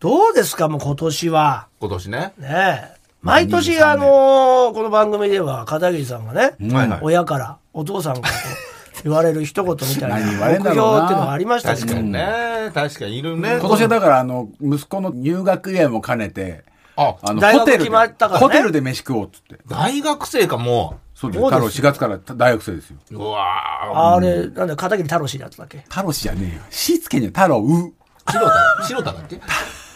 どうですか、もう今年は。今年ね。ねえ。毎年、あのーこの番組では、片桐さんがね、はいはい親から、お父さんからこう言われる一言みたいな、目何言われ標んっていだうろうなのがありましたけ確どか、にね。確かにいるね。今年はだからあの息子の入学祝いも兼ねてあ、あの大学ホテル決で、まったからねホテルで飯食おうっつって大学生かもそうですそうよです太よ郎4月から大学生ですよう。うわあれ、なんだ、片桐太郎氏だったっけ太郎氏じゃねえよしつけには太郎うぁ。白田白田だっけ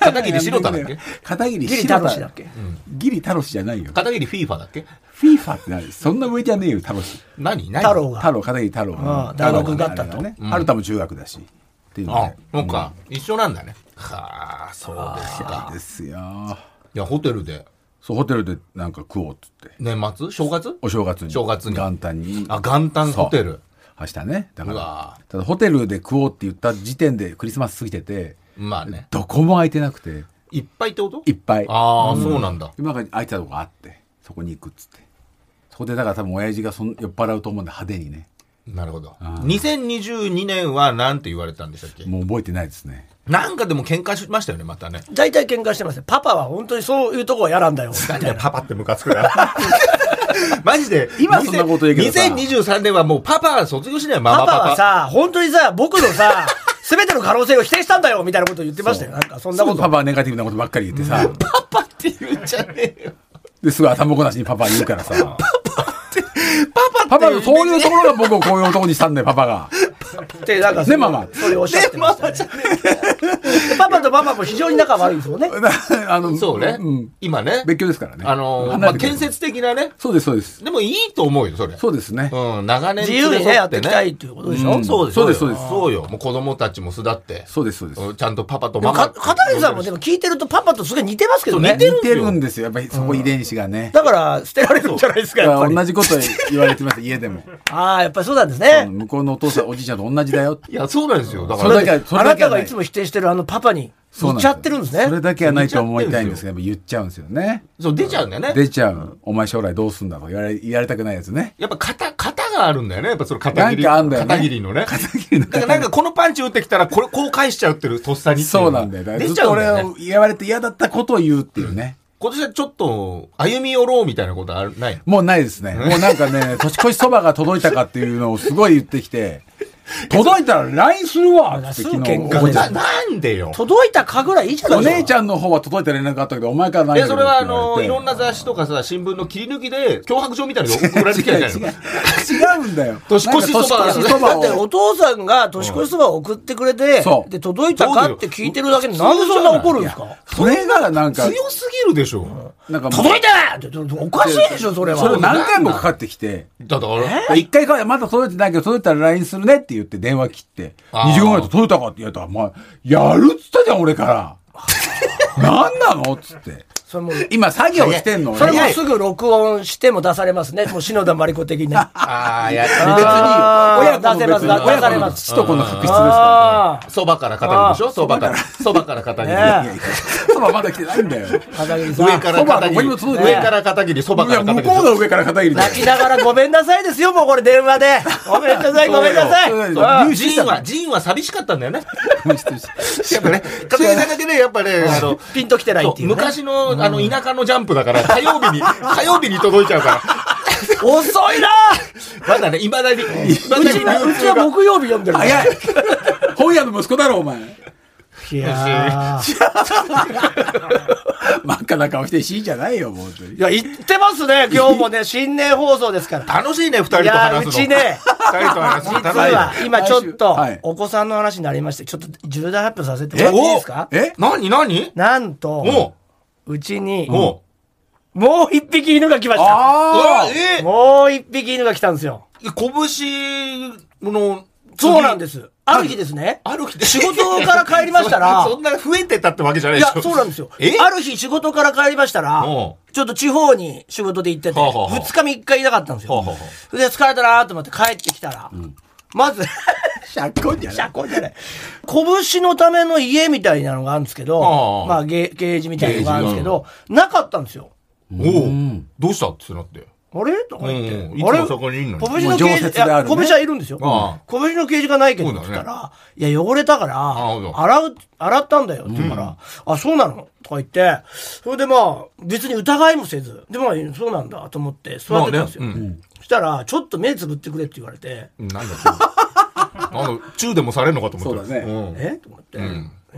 片桐白田だっけ片桐ギリ白太田郎氏だっけギリ太郎氏じゃないよ片桐フィーファだっけフィーファって何そんな上じゃねえよ太郎氏何何太郎が。太郎片桐太郎うん大学だったとあれはね春田も中学だしっていうあね、そうか。一緒なんだね。はあ、そうですか。ですよいや、ホテルで、そうホテルでなんか食おうっつって年末正月お正月に正月に元旦にあ、元旦ホテル。明日ねだかうらわただホテルで食おうって言った時点でクリスマス過ぎててまあね。どこも空いてなくていっぱいってこといっぱいああ、そうなんだ。今が空いてたとこあってそこに行くっつってそこでだから多分親父がそん酔っ払うと思うんで派手にねなるほど。2022年は何て言われたんでしたっけもう覚えてないですねなんかでも喧嘩しましたよね、またね。大体喧嘩してますね。パパは本当にそういうとこはやらんだよ。みたなんいでな。パパってムカつくな。マジで。今そんなこと言うけどさ2023年はもうパパ卒業しないマパマパパパ。はさ、本当にさ、僕のさ、 すべての可能性を否定したんだよみたいなこと言ってましたよ。なんか、そんなすこぐと。パパはネガティブなことばっかり言ってさパパって言っちゃねえよ。ですぐ頭ごなしにパパは言うからさパパパってパ言のうそういうところが僕をこういう男にしたんだよパ パがって、なんか、ねママそれおっしゃってましたね。パパとママも非常に仲悪いんですよね。あのそうねん。今ね。別居ですからねあのー、ま離あれてくだ建さい設的なね。そうですそうですでもいいと思うよ、それ。そうですねうん、長年自由にね、やっていきたいっていううことでしょ。んそうですそうですそうですそうよ。もう子供たちも巣立って。そうですそうですうんちゃんとパパとでもママ。か片桐さんもでも聞いてるとパパとすごい似てますけどねそう。似てる似てるんですよやっぱりそこ遺伝子がねだから、捨てられるんじゃないですか、やだっかぱらり。同じこと言われてます家でもああ、やっぱりそうなんですうんね。向こうのお父さんおじいちゃんと同じだよっていや、そうなんですよ。だかそられだけはそあなれだけたはがないいつも否定してるあのパパにそうなん似でちすよゃってるんですね。それだけはないと思いたいんですけどやっぱ言っちゃうんですよねそう、出ちゃうんだよね。出ちゃうお前将来どうすんだとか言われ言われたくないやつねやっぱ型、型があるんだよね。やっぱその片切り。なんかあんだよね片切りのね。片桐のだからなんかこのパンチ打ってきたら、これ、こう返しちゃうってる、とっさにっていそうなんだよだからず出っちゃとうんだ俺よねを。言われて嫌だったことを言うっていうね今年はちょっと、歩み寄ろうみたいなことはないもうないですね。もうなん かね、年越しそばが届いたかっていうのをすごい言ってきて、届いたら LINE するわってす昨ぐ日喧嘩おそうこでちすゃな、んなんでよ。届いたかぐらいいいじゃないおです姉か。ちゃんの方は届いた連絡があったけど、お前から何いや、だよそれはあの、っいて言わろれんてな雑誌とかさ、新聞の切り抜きで、脅迫状みたいなのが送られてきたじゃないの 違うんだよ。年越しそばなんか年越しそばだってを。お父さんが年越しそばを送ってくれてそ、うで、届いたかって聞いてるだけでなんでそんな怒るんですかそれがなんか、強すぎるでしょ。なんかもう届いたっておかしいでしょ、それそれは。何回もかかってきて、だってあれ 一回か、まだ届いてないけど、届いたら LINE するねって言って電話切って、あー20分ぐらいで届いたかって言われたら、まあ、やるっつったじゃん、俺から。何なのっつって。それも今作業してんのそれも俺すぐ録音しても出されますね。もう篠田真理子的に。あああ、やっ別にあー親子の別に出せます親子の父と子の確執で すかあー。そばから片切りでしょそばから。そばから片切り。ねら。いやいや、そばまだ来てないんだよ。片桐さん。上から片そばの切上り。にも届いてる上から片切り、そばいからや、片向切りこう。が上から片桐だよ泣きながらごめんなさいですよ、もうこれ電話で。ごめんなさい、ごめんなさい。そうよああ入手ジンは、ジンは寂しかったん だよね。やっぱね、片桐さんだけね、やっぱね、あの、ピンときてないっていうね。昔の、あの、田舎のジャンプだから、火曜 日に、火曜日に届いちゃうか遅いなら。まだね、未だに、未だうにちは、うちは木曜日読んでる 早い本屋の息子だろ、お前。いやー真っ赤な顔してしいじゃないよ、もう本当に い。や、言ってますね、今日もね、新年放送ですから。楽しいね、二人いとや話すー、の。うちね、二人と話すの実楽しいはね。今ちょっとはい、お子さんの話になりまして、ちょっと重大発表させてもらっていいですかえ何何なんもと、うちに、う、ももう一匹犬が来ました。う、うあわえもう一匹犬が来たんですよ。拳の、。そうなんですす。ある日ですね。ある日仕事から帰りましたら そんな増えてたってわけじゃないいでしやょ。、そうなんですよ。えある日仕事から帰りましたら、ちうんょっと地方に仕事で行ってて、はあはあはあ2日3日いなかったんですはよあはあは。で、疲れたなーと思って帰ってきたら、まず、 シャッコンじゃない社交じゃない。拳のための家みたいなのがあるんですけはど、あまあゲゲージみたいなのがあるんですけど、なかったんですよ。おうどうしたってなって。あれとか言って。うんいつもあれそこにいんのに拳の刑もう常事、設いであるねや、拳はいるんですよ。あ拳の刑事がないけどって言ったそうら、いや、汚れたかなるほどら、洗う、洗ったんだよって言うから、あ、そうなのとか言って、それでまあ、別に疑いもせず、でまあ、そうなんだと思って座ってたんですよ。まあねうんそしたら、ちょっと目つぶってくれって言われて、うんなんだあの、チューでもされるのかと思った。そうだねんえと思って、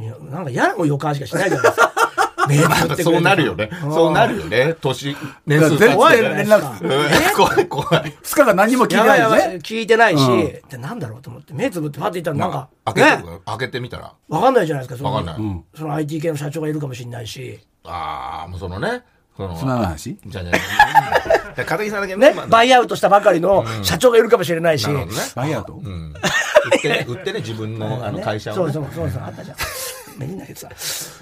いや、なんか嫌な予感しかしないじゃないですか。 目つぶってくれてそうなるよね。そうなるよね。年、年だか数経っらて全怖いよね然連絡、うん 怖い怖い。二日が何も聞いてやばないいやよばねい。聞いてないし、うんで、なんだろうと思って、目つぶってパッて言ったら、なんか、開けてね、る開けてみたら。わかんないじゃないですか、そのわかんない。その IT 系の社長がいるかもしれないし、ああ、もうそのね。その、砂の話じゃあじゃあうん片木さんだけね、まあバイアウトしたばかりの社長がいるかもしれないし、なるほどね。バイアウトうん。売ってね、売ってね、自分のあのね会社そをうね。そうそうそう、あったじゃん。目にだけどさ。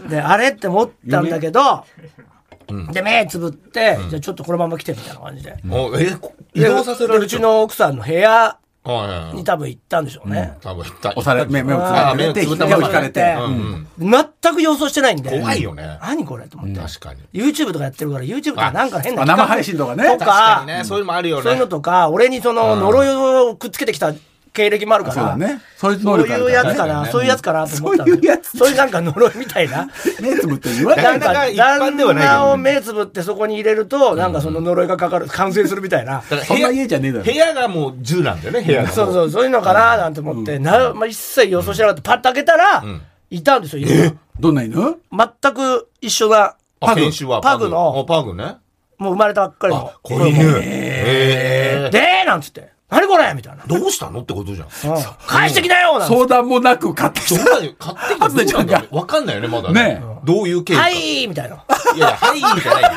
で、あれって思ったんだけど、で、目つぶって、じゃあちょっとこのまま来てみたいな感じで。おえ、移で動させらでれるうち。の奥さんの部屋はいはいはいに多分行ったんでしょうね。多分行った。押され、目目をつぶあっー目をつてくれて、ぶっ引たをまま引かれて。ううんん全く予想してないんで。怖いよね何これと思って。確かに。 YouTube とかやってるから YouTube とかなんか変なあ生配信とかねと確かにかね、そういうのもあるよね。そういうのとか俺にその呪いをくっつけてきた経歴もあるかそうだらね。そういうそ能う力あいうるかやらつかね。なねそういうやつかなと思ったんだそういうやつそういうなんか呪いみたいな目つぶって言われなたんいかなかなか一旦般ではないよね那を目つぶってそこに入れるとなんかその呪いがかかる完成するみたいなだからそ部ん屋な家じゃねえだろ部屋がもう10なんだよね、部屋が。そうそうそういうのかななんて思ってなまあ一切予想してなかったパッと開けたらいたんですよ犬どんな犬が全く一緒なあ先週はパグのあパグね。もう生まれたばっかりのこれ犬。へえ。でーなんつって何これみたいなどうしたのってことじゃん。そううん返してきなよなんつって相談もなく買ってきた。だよ。買ってきたどうなんだよねわかんないよね、まだねどういう経緯か。はいいみたいな。はやいや、はい、じゃないよ。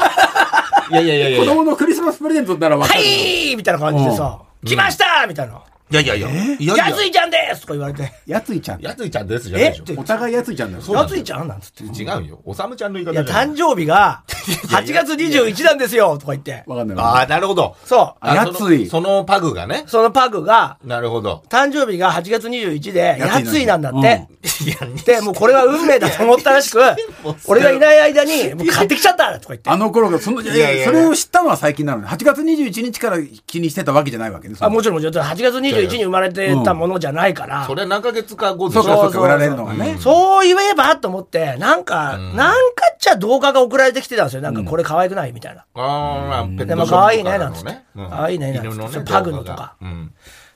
いやいやいや子いや。供のクリスマスプレゼントならわかる。いみたいな感じでさ、来ましたみたいな。いやいやいや。いややついいちゃんですとか言われて。やついちゃん。や。やついちゃんですじゃないでしえょ。お互いやついちゃんだよ。うなやんだつよいちゃんなんつって。い違うよ。おさむちゃんの言いや、方じゃない誕生日が8月21なんですよとか言って。わかんないわああ、なるほど。そあやついそのそのパグがねう。。そのパグが、なるほど。誕生日が8月21で、ややついなんだついなんだって。いや、にで、もうこれは運命だと思ったらしくもう、そ俺れがいない間に、もう買ってきちゃったとか言って。あの頃が、その、いやいややいやそれを知ったのは最近なのね。8月21日から気にしてたわけじゃないわけです。あもちろん、もちろん、8月21に生まれてたものじゃないから。それは何ヶ月か後でしそょうか、そうそうそか、う売られるのがね。そう言えばと思って、なんか、なんかっちゃ動画が送られてきてたんですよ。なんか、これ可愛くないみたいな。ああ、ペッでトもショ可愛ッいプね、かならんのつってね。。うん可愛いね、なんつ犬のっねて。パグのと動画がか。うん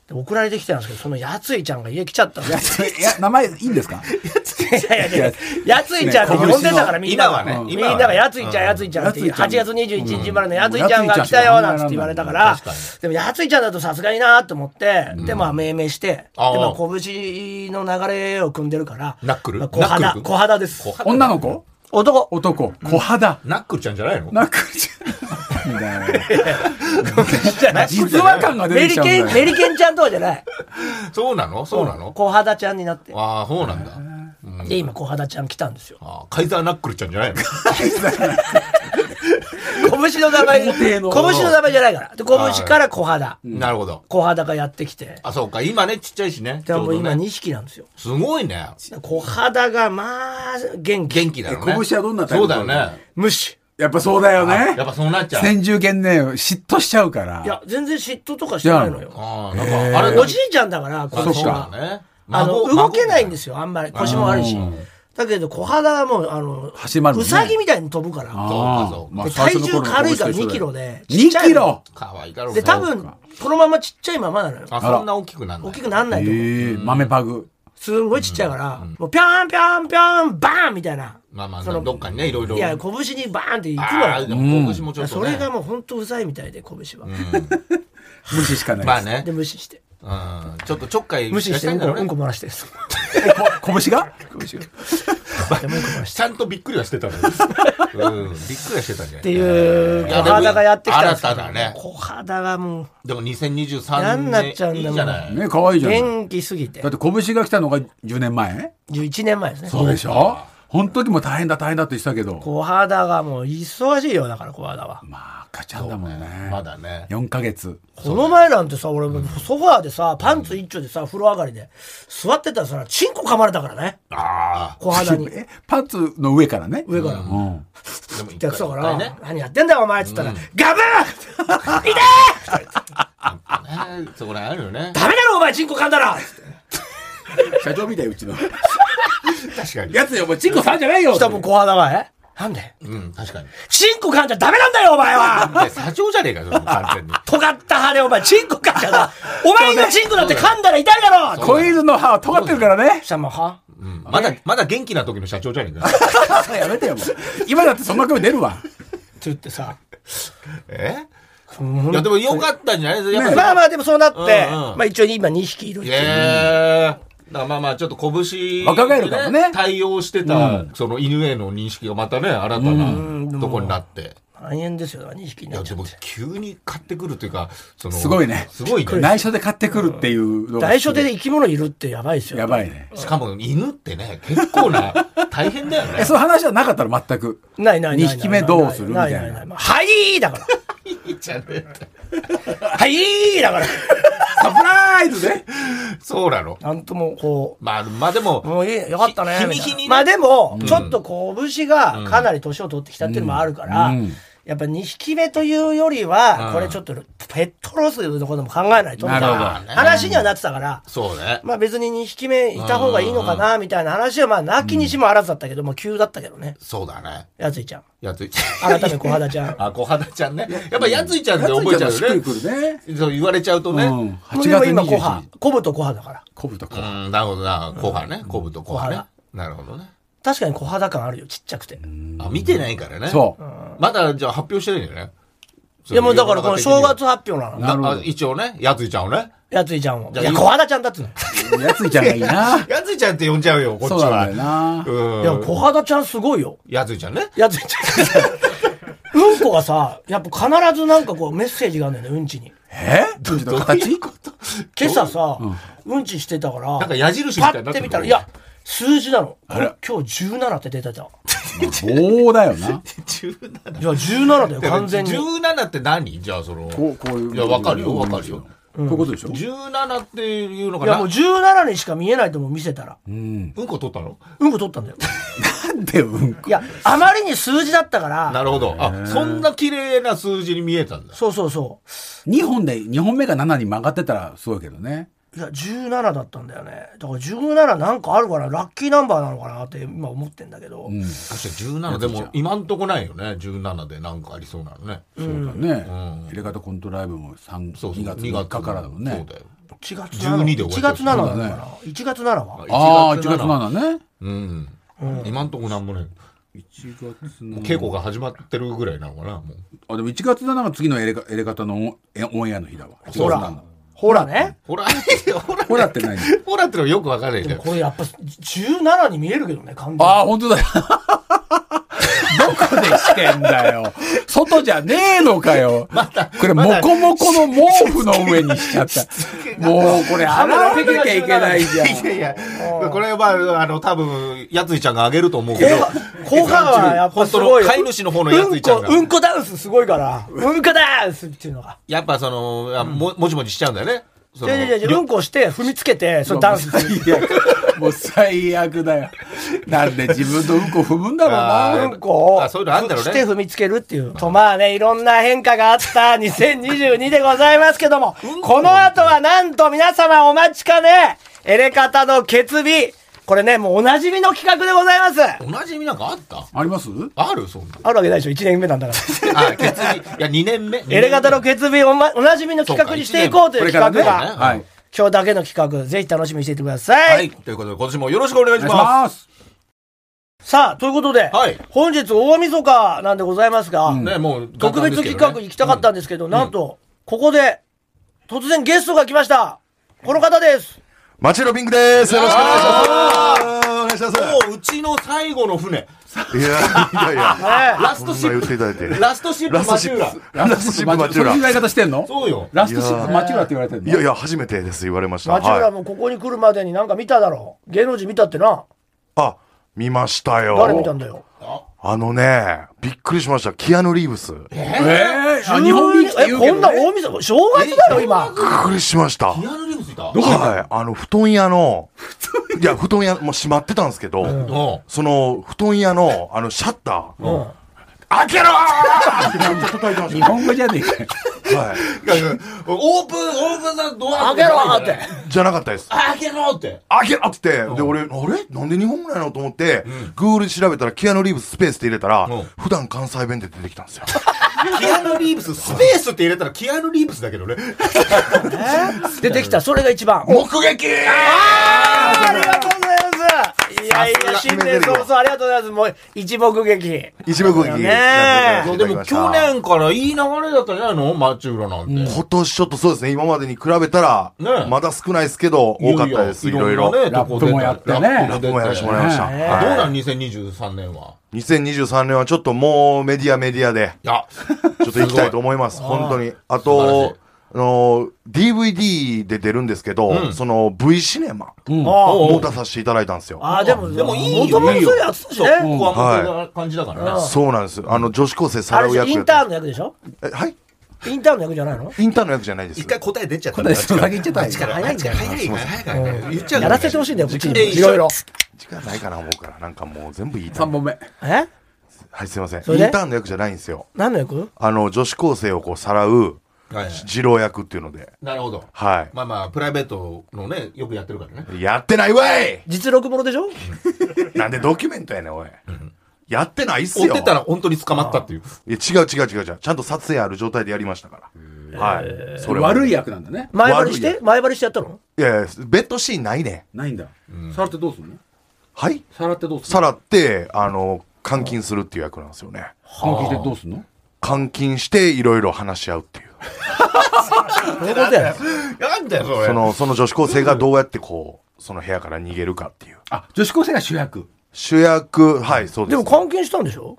で送られてきてたんですけど、そのやついちゃんが家来ちゃったんですえいや、名前いいんですかよ。いやいやいや、やついちゃんって呼んでたから、みんなが。今はみねんながやついちゃん、やついちゃんって、やついちゃ8ん月21日生まれのやついうんちゃんが来たよ、やついちゃんなんつって言われたかうらん確かに、でもやついちゃんだとさすがになと思って、で、まあ命名して、で、あーまあ拳の流れを組んでるから、ナックルまあ小ナッ肌、クル小肌です。女の子男。男。小肌。ナックルちゃんじゃないのなんか、ちょみたいな。実話感がメ出てリきちゃうんだケよン、。メリケンちゃんとはじゃない。そうなのそうなの小肌ちゃんになって。ああ、そうなんだ。うんで、今小肌ちゃん来たんですよ。ああ、カイザーナックルちゃんじゃないの拳の名前、皇帝拳のの名前じゃないから。で、拳から小肌。なるほど。小肌がやってきて。あ、そうか。今ね、ちっちゃいしね。でもうちょうど今ね2匹なんですよ。すごいね。小肌がまあ、元気。元気だよね。え拳はどんなタイそうプだなよのね。無視。やっぱそうだよねやっ。ぱそうなっちゃう。先住犬ね、嫉妬しちゃうから。いや、全然嫉妬とかしてないのよ。ああ、なんか、あれ、おじいちゃんだから、あ拳そうだは。ね。あの、孫。動けないんですすよ、あんまり。腰も悪いし。だけど、小肌はもう、あの、走まるねうさぎみたいに飛ぶから。あーそうかそうかまであ体最初重の頃の軽いからこ2の人キロで。ちっちゃ2いキのロかわいいだろうで、多分、このままちっちゃいままなのよ。あ、そんな大きくなんない。大きくなんないと思う。ええ豆パグ。すんごいちっちゃいから、もうぴょんぴょんぴょん、バーンみたいな。まあまあ、そのどっかにね、いろいろ。いや、拳にバーンっていくああ、のでよ。も、拳もちょっと、ね。それがもう本当うざいみたいで、拳は。無視しかない。まあ。ねで、。無視して。うん。ちょっとちょっかい無視して、たうんいんこ、だろううねんこ漏らしてです。こ拳が拳が。でもうんこ漏らして。ちゃんとびっくりはしてたのよ。うん、びっくりはしてたんじゃないっていう、い小や肌がやってきたんですけど新ただね小肌がもう、でも嫌2023に年なっちゃうんだもんいいじゃない。ね、可愛いじゃん。元気すぎてだっ。て拳が来たのが10年前11年前ですね。そうでしょ本当にもう大変だ大変だって言ってたけど。小肌がもう忙しいよ、だから小肌は。まあ赤ちゃんだもんね。まだね。 4ヶ月。この前なんてさ、俺もソファーでさ、パンツ一丁でさ、風呂上がりで、座ってたらさ、チンコ噛まれたからね。ああ。 小肌に。えパンツの上からね。上から。うん。でも一ってや回ってたか一回ねら、何やってんだよお前っつったら、ガブー痛えねそこら辺あるよね。ダメだろお前チンコ噛んだらつって社長みたいうちの。確かに。やつよ、お前、チンコさんじゃないよ下も小肌がえなんでうん、確かに。チンコ噛んじゃダメなんだよお前はで社長じゃねえか、それもう完全に。尖った歯でお前チンコ噛んじゃだお前がチンコだって噛んだら痛いだろそう小犬の歯は尖ってるからね。下も歯うんまだ、まだ元気な時の社長じゃねえか。 やめてよ、もう。今だってそんな声出るわ。つってさ えうんいや、でもよかったんじゃないですか。やっまあぱまあでもそうなって、うんうんまあ一応今2匹いるってり。いいうやーだからまあまあ、ちょっと拳、若返るからね対応してた、その犬への認識がまたね、新たなとこになって。何円ですよ2匹にいなや、っちでゃっもて急に買ってくるというか、その。すごいねすごいね。内緒で買ってくるっていうのが代償で生き物いるってやばいですよやばいね。しかも犬ってね、結構な、 大変だよ え、ね。その話はなかったら全く。ないないないない二匹目どうするないみたいなないないまあはいだからいいじゃねえってはいだからサプライズね。そうなの。なんともこうまあ、まあでも、もういいよかったね日み日たいなに日にねまあでも、ちょっと拳がかなり年を取ってきたっていうのもあるから、うんやっぱ2匹目というよりは、うんこれちょっとペットロスのことも考えないとみたいなるなほどね話にはなってたから、そうね。まあ別に2匹目いた方がいいのかなみたいな話はまあなきにしもあらずだったけど、まあ急だったけどねそうだね。やついちゃんやつい。改め小肌ち ゃんあ、小肌ちゃんね。やっぱやついちゃんって覚えちゃしっうくりよくね。るね。そう言われちゃうとね。うん。う8月でも今小21肌日。コブと小肌だからコブとコブ。ん、なるほどな。小肌ね。コブと小肌ね。なるほどね。確かに小肌感あるよちっちゃくてあ、見てないからね。そう。まだじゃあ発表してないんだよね。いやもうだからこの正月発表なのなるほど。あ一応ね、やついちゃんをね。やついちゃんをじいゃあや小肌ちゃんだっつうのやついちゃんがいいな。やついちゃんって呼んじゃうよ、こっちそうなは。んだよな。いや小肌ちゃんすごいよやついちゃんね。やついちゃんうんこがさやっぱ必ずなんかこうメッセージがあるんだよねうんちにえどっちの形今朝さうんちしてたからなんか矢印みたパいになッっててる見たらいや数字なのこられ今日17って出て た棒だよな。 17。いや17だよ完全に17って何じゃあその。こう、こういう。いや、わかるよ、わかるよ。。こういうことでしょ17っていうのいがやなもう17にしか見えないとも見せたらうん。うんこ取ったのうんこ取ったんだよなんでうんこいやあまりに数字だったからなるほど。あ、そんな綺麗な数字に見えたんだ。そうそうそ2本で、2本目が7に曲がってたらすごいけどね。ういや17だったんだよねだから17なんかあるからラッキーナンバーなのかなって今思ってんだけど、うん。確かに17でも今んとこないよね。17でなんかありそうなのね。そうだね。入れ方コントライブも3、そうそう。 2月3日からだもんね。そうだよ。 1月12で終わっ1月ちゃう7だそかうだら、ね1月7はああ、 1 1月月7 7ね。うん。今んとこなんもね。 1月7稽古が始まってるぐらいなのかな、もう。あ、でも1月7が次のエレカエレ方のオンえオンエアの日だわ。そほうだらほらねほら、ほら、これだってない ほらってのはよくわかんないんだでもよ。これやっぱ17に見えるけどね完全にああ、本当だ。 どこでしてんだよ。外じゃねえのかよ。これ、まモだコモコの毛布の上にしちゃった。もう、これ、洗わなきゃいけないじゃん。いやいや、これは、あの、多分、やついちゃんがあげると思うけど後、半後半はやっぱすごいよ本当の飼い主の方のやついちゃうからうんこうんこダンスすごいからうんこダンスっていうのがやっぱその、あも、もちもちしちゃうんだよね。そいのやいやいやりうょんこして踏みつけてそれダンスする最悪。もう最悪だよ。なんで自分のうんこ踏むんだろ うあーな。うんこをあそういうのあんだろうねして踏みつけるっていう。とまあね、いろんな変化があった2022でございますけども、この後はなんと皆様お待ちかね、エレカタの決日。これね、もうおなじみの企画でございます。おなじみなんかあったありますあるそんな。あるわけないでしょ、1年目なんだから。あ、決意。いや、2年目。エレカタの決決日お,、ま、おなじみの企画にしていこうという企画そうか一年目こが、れからねははいい。今日だけの企画、ぜひ楽しみにしていてください。はい。ということで、今年もよろしくお願いおし願いします。ます。さあ、ということで、はい本日大晦日なんでございますが、ね、もう、特別企画行きたかったんですけど、んなんと、ここで、突然ゲストが来ました。この方です。町のピンクです。よろしくお願いします。お願いします。もう、うちの最後の船。いやいやいや、 はいラストシそッんな言っていただいてプ。ラストシップ、ラストマシチュッーラ。プ、ラストシップ町そういう浦。言われ方してんのそうよ。ラストシップ町浦って言われてんのいやいや、初めてです。言われました。町は浦い。もここに来るまでになんか見ただろう。芸能人見たってな。あ、見ましたよ。誰見たんだよ。あのね、びっくりしました。キアヌ・リーブス。びっえーあ日本に来てえ、言うけこどんねな大晦日、正月だろ、今。くりしました。リアルリムスいたはい。あの、布団屋の、いや、布団屋、もう閉まってたんですけど、おうその、布団屋の、あの、シャッター、 開けろー日本語じゃねえかよ。オープン、オープンザド開アけろーって。じゃなかったです。開けろって。開けろっつって、で、俺、あれなんで日本語なのと思って、Google で調べたら、キアヌ・リーブススペースって入れたら、うん普段関西弁で出てきたんですよ。 キアヌ・リーブス、スペースって入れたらキアヌ・リーブスだけどね。出てきた、それが一番。目撃あーありがとうございます。いやいや、さす新が年早々ありがとうございます。もう、一目劇。一目劇。ねえそうでも去年からいい流れだったんじゃないの町浦なんて。今年ちょっとそうですね、今までに比べたら、ねえまだ少ないですけど、多かったです、いろいろ。んなねラップもやってねラップもやらせてもらいました。ねえどうはなん ?2023 年は。い、2023年はちょっともうメディアメディアで、いや、ちょっと行きたいと思います、本当に。あ素晴らしとい、あの、DVD で出るんですけど、うんその V シネマあも出させていただいたんですよ。あー、でも、でもいいよもともとそういうやつだしそう、ね。僕はもうこんな感じだからね。そうなんです。あの、女子高生さあられうでしょ役イやンってタまーンの役でしょす。えはいインターンの役じゃないのインターンの役じゃないです。一回答え出ちゃった答えそれだけ言っちゃったあっちから、早あいっんちだかよら、早いから、早いからね。言っちゃうやらせてほしいんだよ、う時ち間に。でいろいろ。時間ないかな思うから、なんかもう全部言いたい3。本目。えはい、すいません。インそれでターンの役じゃないんですよ。何の役あの、女子高生をこう、さらう、はいはい二郎役っていうので。なるほど。はい。まあまあ、プライベートのね、よくやってるからね。やってないわい実録ものでしょなんでドキュメントやねん、おい。やってないっす追よ。ってたら本当に捕まったっていう。いや、違う違う違う違う。ちゃんと撮影ある状態でやりましたから。はい。それは。悪いい役なんだね。前張りし悪いて前張りしてやったのやいや、ベッドシーンないね。ないんだ。さらってどうすんのはいさらってどうすんのさらって、あの、監禁するっていう役なんですよね。本気でどうすんの監禁して、いろいろ話し合うっていう。そういうことや。なんだよ、それ。その、その女子高生がどうやってこう、その部屋から逃げるかっていう。あ、女子高生が主役。主役、はい、そうで、ですも監禁したんでしょ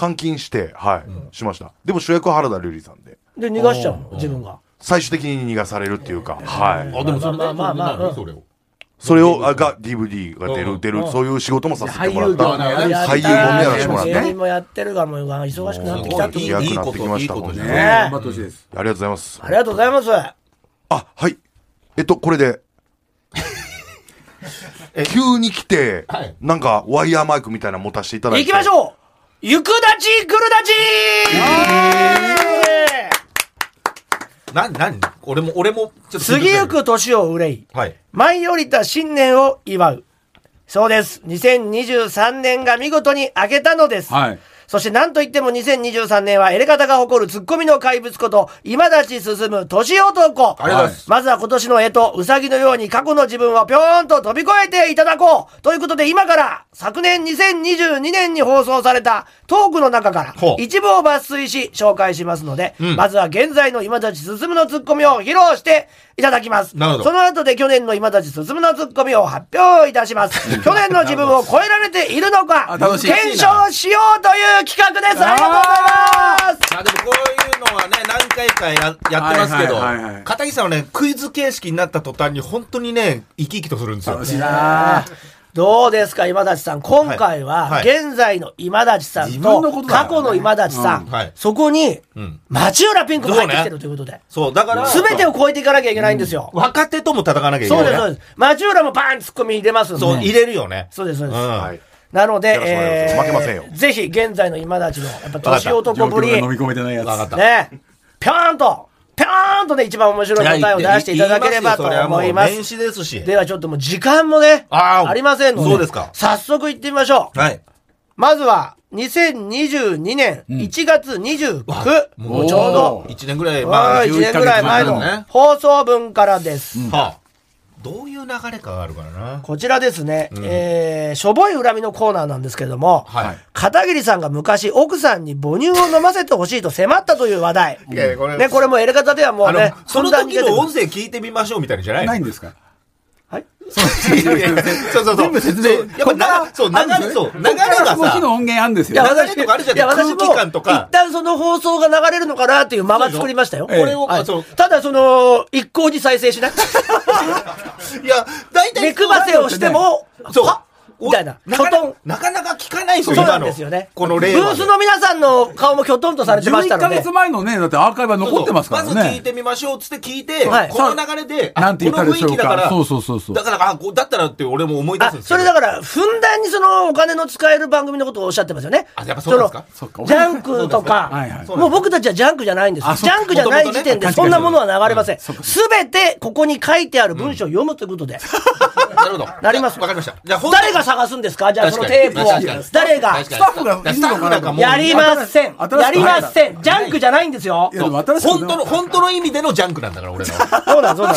監禁して、はい、しました。でも主役は原田龍二さんで、で、逃がしちゃうの自分が。最終的に逃がされるっていうか、はい。あ、でもそれまあだまあまあまあそれを。それを、あが、DVD が出うる、ん出る、そういう仕事もさせてもらっではた。ない俳優俳優もやらせてもらって芸人もやってるが、もう忙しくなってきたってこといで。あやり役になってきましたもんねいいこといいことね頑張ってほしいです。ありがとうございます。がとうございます。あ、はい。えっと、これで、急に来てはい、なんか、ワイヤーマイクみたいなの持たせていただいて。行きましうょう行くだち来るだちな、なに俺も、俺も、ちょっと緊張してる次ゆく年を憂い。はい。舞い降りた新年を祝う。そうです。2023年が見事に明けたのです。はい。そして何といっても2023年はエレカタが誇るツッコミの怪物こと、今立ち進む年男。ありがとうございます。まずは今年の絵とウサギのように過去の自分をぴょーんと飛び越えていただこうということで今から昨年2022年に放送されたトークの中からほう一部を抜粋し紹介しますので、んまずは現在の今立ち進むのツッコミを披露していただきます。なるほどその後で去年の今立ち進むのツッコミを発表いたし ます。去年の自分を超えられているのかあ楽しい検証しようという企画です。ありがとうございます。まあでもこういうのはね、何回かややってますけど、はいはいはいはい片木さんはね、クイズ形式になった途端に本当にね、生き生きとするんですよ。楽しいなあどうですか、今立さん。今回は、はいはい現在の今立さん自と分のこと、だから過去ねの今立さん、うんはいそこにん、町浦ピンクが入ってきてるということで、そう、だから、すべ、てを超えていかなきゃいけないんですよ。若手とも戦わなきゃいけそなうい、ね。です、そうです。町浦もバーンツッコミ入れますんで。そう入れるよね。そうです、そうです。うんはい。なので、よろしくお願いします負けませんよぜひ、現在の今立の、やっぱ年男状ぶ況り、がね飲、み込めてないやつ。わかったぴょーんと、ぴょーんとね、一番面白い答えを出していただければと思います年。始ですし。ではちょっともう時間もね、あーありませんので、そうですか早速行ってみましょう。はい。まずは、2022年1月29、もうおーちょうど1年ぐらいまあ前1年ぐらい前の11ヶ月前のね放送分からです。はあ、どういう流れかがあるからな。こちらですね、えー、しょぼい恨みのコーナーなんですけれども、はい。片桐さんが昔奥さんに母乳を飲ませてほしいと迫ったという話題。いやいやこれね、これもエレカタではもうあのね、、そのふんだんに時出てのくる音声聞いてみましょうみたいなのじゃないないのんですかはい いやいやそうそうそう。全部説明そうやっぱ流れ、そう、流あるんですれ、ねそう、流これっからがその日のさ、音源あるんですいやよ。流れとかあるじゃないいや私も空気感とか一旦その放送が流れるのかなっていうまま作りましたよ。そうでしょええこれをあそうただその、一 向に再生しない。いや、大体、目くばせをしても、そうはみたいな。なきょかとんな。なかなか聞かないですそうよ、今なんの。ですよね。このブ例は。ースの皆さんの顔もきょとんとされてました11のヶで月。前のね、だってアーカイブは残ってますからね。そうそうず聞いてみましょうっつって聞いて、はいこの流れで、あなんて言ったでしょこの雰う囲気だから、か。そうそうそうそうだ。から、あ、こうだったらって俺も思い出すあんですそよ。れだから、ふんだんにそのお金の使える番組のことをおっしゃってますよね。あやっぱそうなんですかそっかのジャンクとか、そうなんですねはいはいもう僕たちはジャンクじゃないんですよあジそっかャンクじゃない時点でそんなものは流れません。元々ねすべてここに書いてある文章を読むということで、なるほど。なりますよわかりました。じゃあ本当に誰が探すんですかじゃあその確かにテープ確かにを。誰が確かにスタッフがいるのかなスタッフなんかもうやりません。新しくやりません。ジャンクじゃないんですよ。いやでも新しく本当の、本当の意味でのジャンクなんだから、俺らは。そうだそうだ。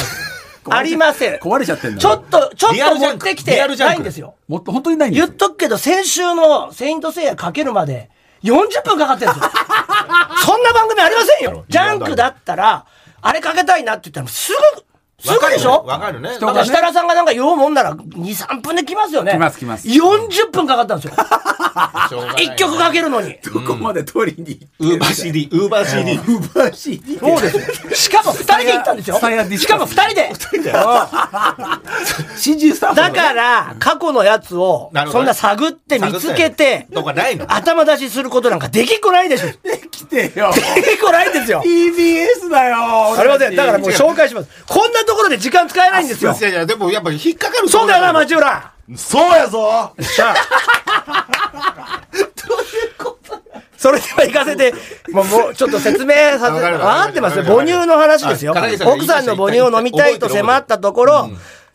ありません。壊れちゃってんだちょっと、ちょっリアとルジャ持っンクてきてリアルジャンなクいんですよ。もっと本当にないんです言っよ。とくけど、先週のセイントセイヤかけるまで40分かかってるんですよ。そんな番組ありませんよ。ジャンクだったら、あれかけたいなって言ったら、すぐ、すぐでしょわかるね。人だがからね設楽さんがなんか言おうもんなら2、3分で来ますよね。来ます来ます40分かかったんですよ。1曲かけるのに。どこまで取りにウーバー CD、ウーバー CD。行くらしい。そうですよ。しかも2人で行ったんですよ。サイヤディスしカかスも2人で。新人スタッフだから、過去のやつをな、るほそどんな探って見つけて、とかないの頭出しすることなんかできっこないでしょ。で来てよ。きっこないんですよ。 TBS だ よ。あれはね、だからもう紹介します。こんなところで時間使えないんですよい。やいや、でもやっぱり引っかかるそうだよな、マ町浦。そうやぞそれでは行かせて、もう、もう、ちょっと説明させて、わかるわ分かるかってますよ。わか母る乳の話ですよあ片桐。さんが言奥いまさしんたの母乳を飲みたいと迫ったところ、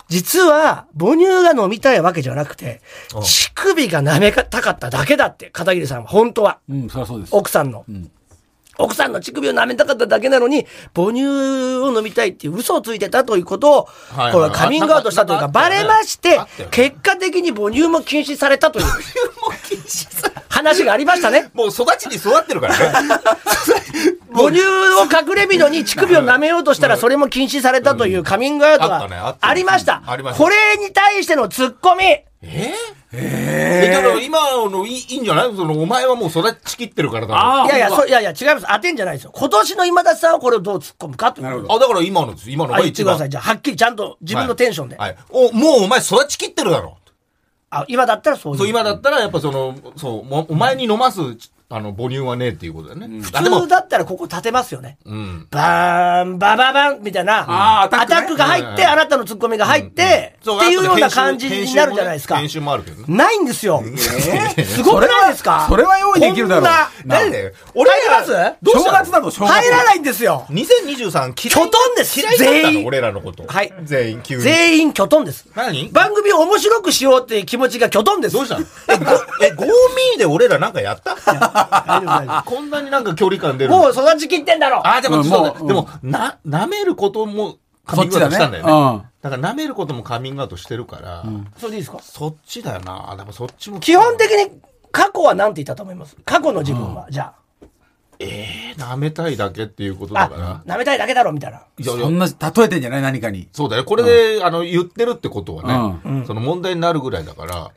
実は、母乳が飲みたいわけじゃなくて、乳首が舐めたかっただけだって、片桐さんは、本当は。うん、そりゃそうです。奥さんの。奥さんの乳首を舐めたかっただけなのに、母乳を飲みたいっていう嘘をついてたということを、はいはいこれはカミングアウトしたというか、なんかバレまして、あったよね結果的に母乳も禁止されたという。 話がありましたね。もう育ちに育ってるからね。母乳を隠れみのに乳首を舐めようとしたらそれも禁止されたというカミングアウトあったねあがったねありましたうんありま。したこれに対してのツッコミ。ええだから今のいいいいんじゃないそのお前はもう育ちきってるからだろあいやいや、ほんまそういやいや、違います。当てんじゃないですよ。今年の今田さんはこれをどう突っ込むかという。なるほどあだから今のです今のあが言って一くだ番さい。じゃあ、はっきりちゃんと自分のテンションで。はいはいおもうお前育ちきってるだろあ、今だったらそういう。そう今だったらやっぱそのそうもお前に飲ますあの母乳はねえっていうことだよね、あで普通もだったらここ立てますよね。うんバーン、バババンみたいな、あーアタックねが入って、あなたのツッコミが入って、そっていうようなあと編感集じになるじゃないですか。編集もね編集もあるけどねないんですよ。すごくないですかそれは用意できるだろうこんなな誰だよ俺ら入りますどうした正の月だろ、正月。入らないんですよ。 2023嫌いききょとんです嫌いだった全の員俺らのことはい全員急に全員キョトンです。何番組を面白くしようっていう気持ちがキョトンです。どうしたのえごえゴーミーで俺らなんかやった 大丈夫大丈こんなになんか距離感出夫るもう育ちきってんだろあ、でも、うんそうもだううんでも、な、舐めることもカミングアウトしたんだよね。そっちだねうんだから、舐めることもカミングアウトしてるから、それでいいですかそっちだよな。でも、そっちも。基本的に過去は何て言ったと思います過去の自分は。じゃえー、舐めたいだけっていうことあ、だからあ、。舐めたいだけだろみたいな。いやいそんや、な、例えてんじゃない何かに。そうだよ。これで、あの、言ってるってことはね、その問題になるぐらいだから、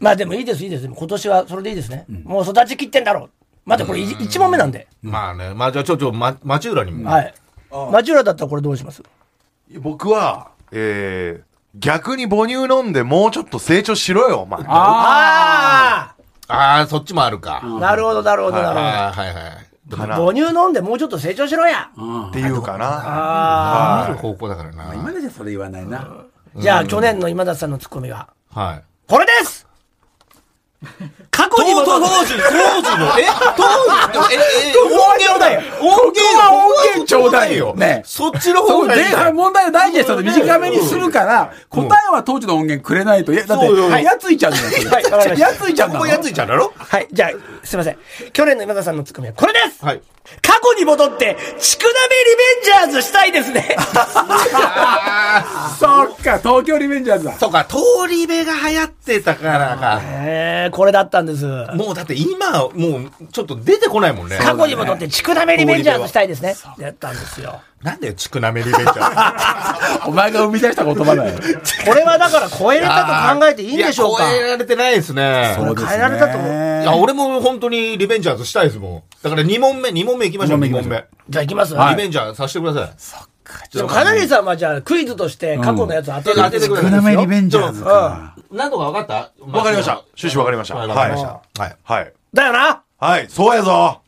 まあでもいいです、いいです。今年はそれでいいですね。もう育ちきってんだろ。まだこれい一問目なんで。まあね、まあ、じゃあ、ちょ、ちょ、ま、町浦にも。はい。町浦だったらこれどうします僕は、えー、逆に母乳飲んでもうちょっと成長しろよ、お前。あああ、そっちもあるか。あなるほど、なるほど、はいはなるいはいはい。かほなど。母乳飲んでもうちょっと成長しろや。っていうかあな。舐める方向だから今な。までじゃそれ言わないな。あ。じゃあ去年の今田さんのツッコミは、はい。これです過去に当戻当る。時、当時の、え 当時、え、え、音源だよ。音源ここは音源ちょうだいよねそっちのそ方うが前いいんだ半よ。問題をダイジェストで短めにするから、答えは当時の音源くれないと。いやだって、そうよはいやついちゃうんだよ、それはいわかりましたやついちゃうんこだこやついちゃうだろはい、じゃあ、すいません。去年の今田さんのツッコミはこれですはい。過去に戻って、ちくなめリベンジャーズしたいです ね。そっか、東京リベンジャーズだ。そうか、通り部が流行ってたからか。えー、これだったんです。もうだって今、もうちょっと出てこないもんね。過去に戻って、ちくなめリベンジャーズしたいですね。やったんですよ。なんだよ、ちくなめリベンジ ャー。お前が生み出した言葉だよ。これはだから超えれたと考えていいんでしょうかいや超えられてないですね。うですね変えられたと思ういや、俺も本当にリベンジャーズしたいですもん。だから2問目、2問目行きましょう、二2問問目目。じゃあ行きます、リベンジャーさせてください。でも、かなりさんはじゃあ、クイズとして過去のやつ当て,、うん当ててくれうんる少なめリベンジャーズか何度か分かったわかりました。趣旨わかりました。は。はいいわかはりまい。はい。だよなはい。そうやぞ。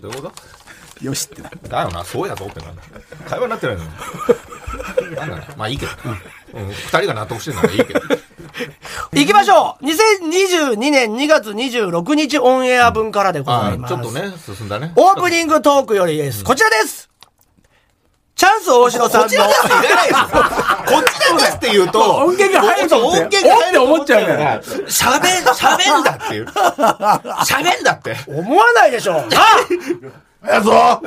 どういうこよしってな。とだよな、そうやぞってなんだ。会話になってないのに。なんだなまあいいけど。うん、二人が納得してるならいいけど。行きましょう !2022 年2月26日オンエア分からでござあいます。ちょっとね、進んだね。オープニングトークよりです。こちらですチャンス大城さんの、いらないですこっちですって言うと、音源が入ると思って音源が入ると思っちゃうから。おっ喋ん、喋んだっていう。喋んだって。思わないでしょあやぞ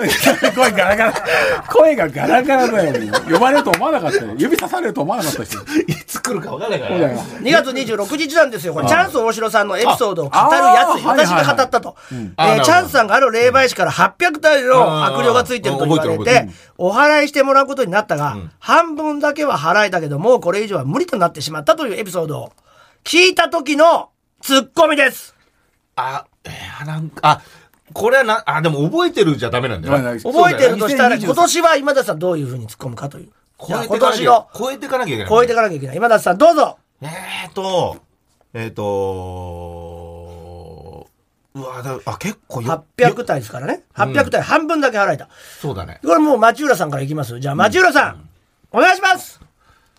声ガラガラ。 声がガラガラだよ。呼ばれると思わなかったよ。指さされると思わなかった人。そういつ来るか分からないかだよら。 !2 月26日なんですよ。これ、チャンス大城さんのエピソードを語るやあつ、あー私が語ったと。えあなーるほどチャンスさんがある霊媒師から800体の悪霊がついてると言われうん覚えてるて、お払いしてもらうことになったが、半分だけは払えたけど、もうこれ以上は無理となってしまったというエピソードを聞いた時のツッコミですあ、えー、なんか、あ、これはな、あ、でも覚えてるじゃダメなんだよな。そうだよ覚えてるとしたら、 2023今年は今田さんどういうふうに突っ込むかという。超じゃえあて今いかな年きゃの、超えていかなきゃいけない。超えていかなきゃいけない。今田さんどうぞえーと、えーと、うわ、だあ、結構よ !800 よ体ですからね。800体半分だけ払えた。そうだね。これもう町浦さんからいきます。じゃあ町浦さん、お願いします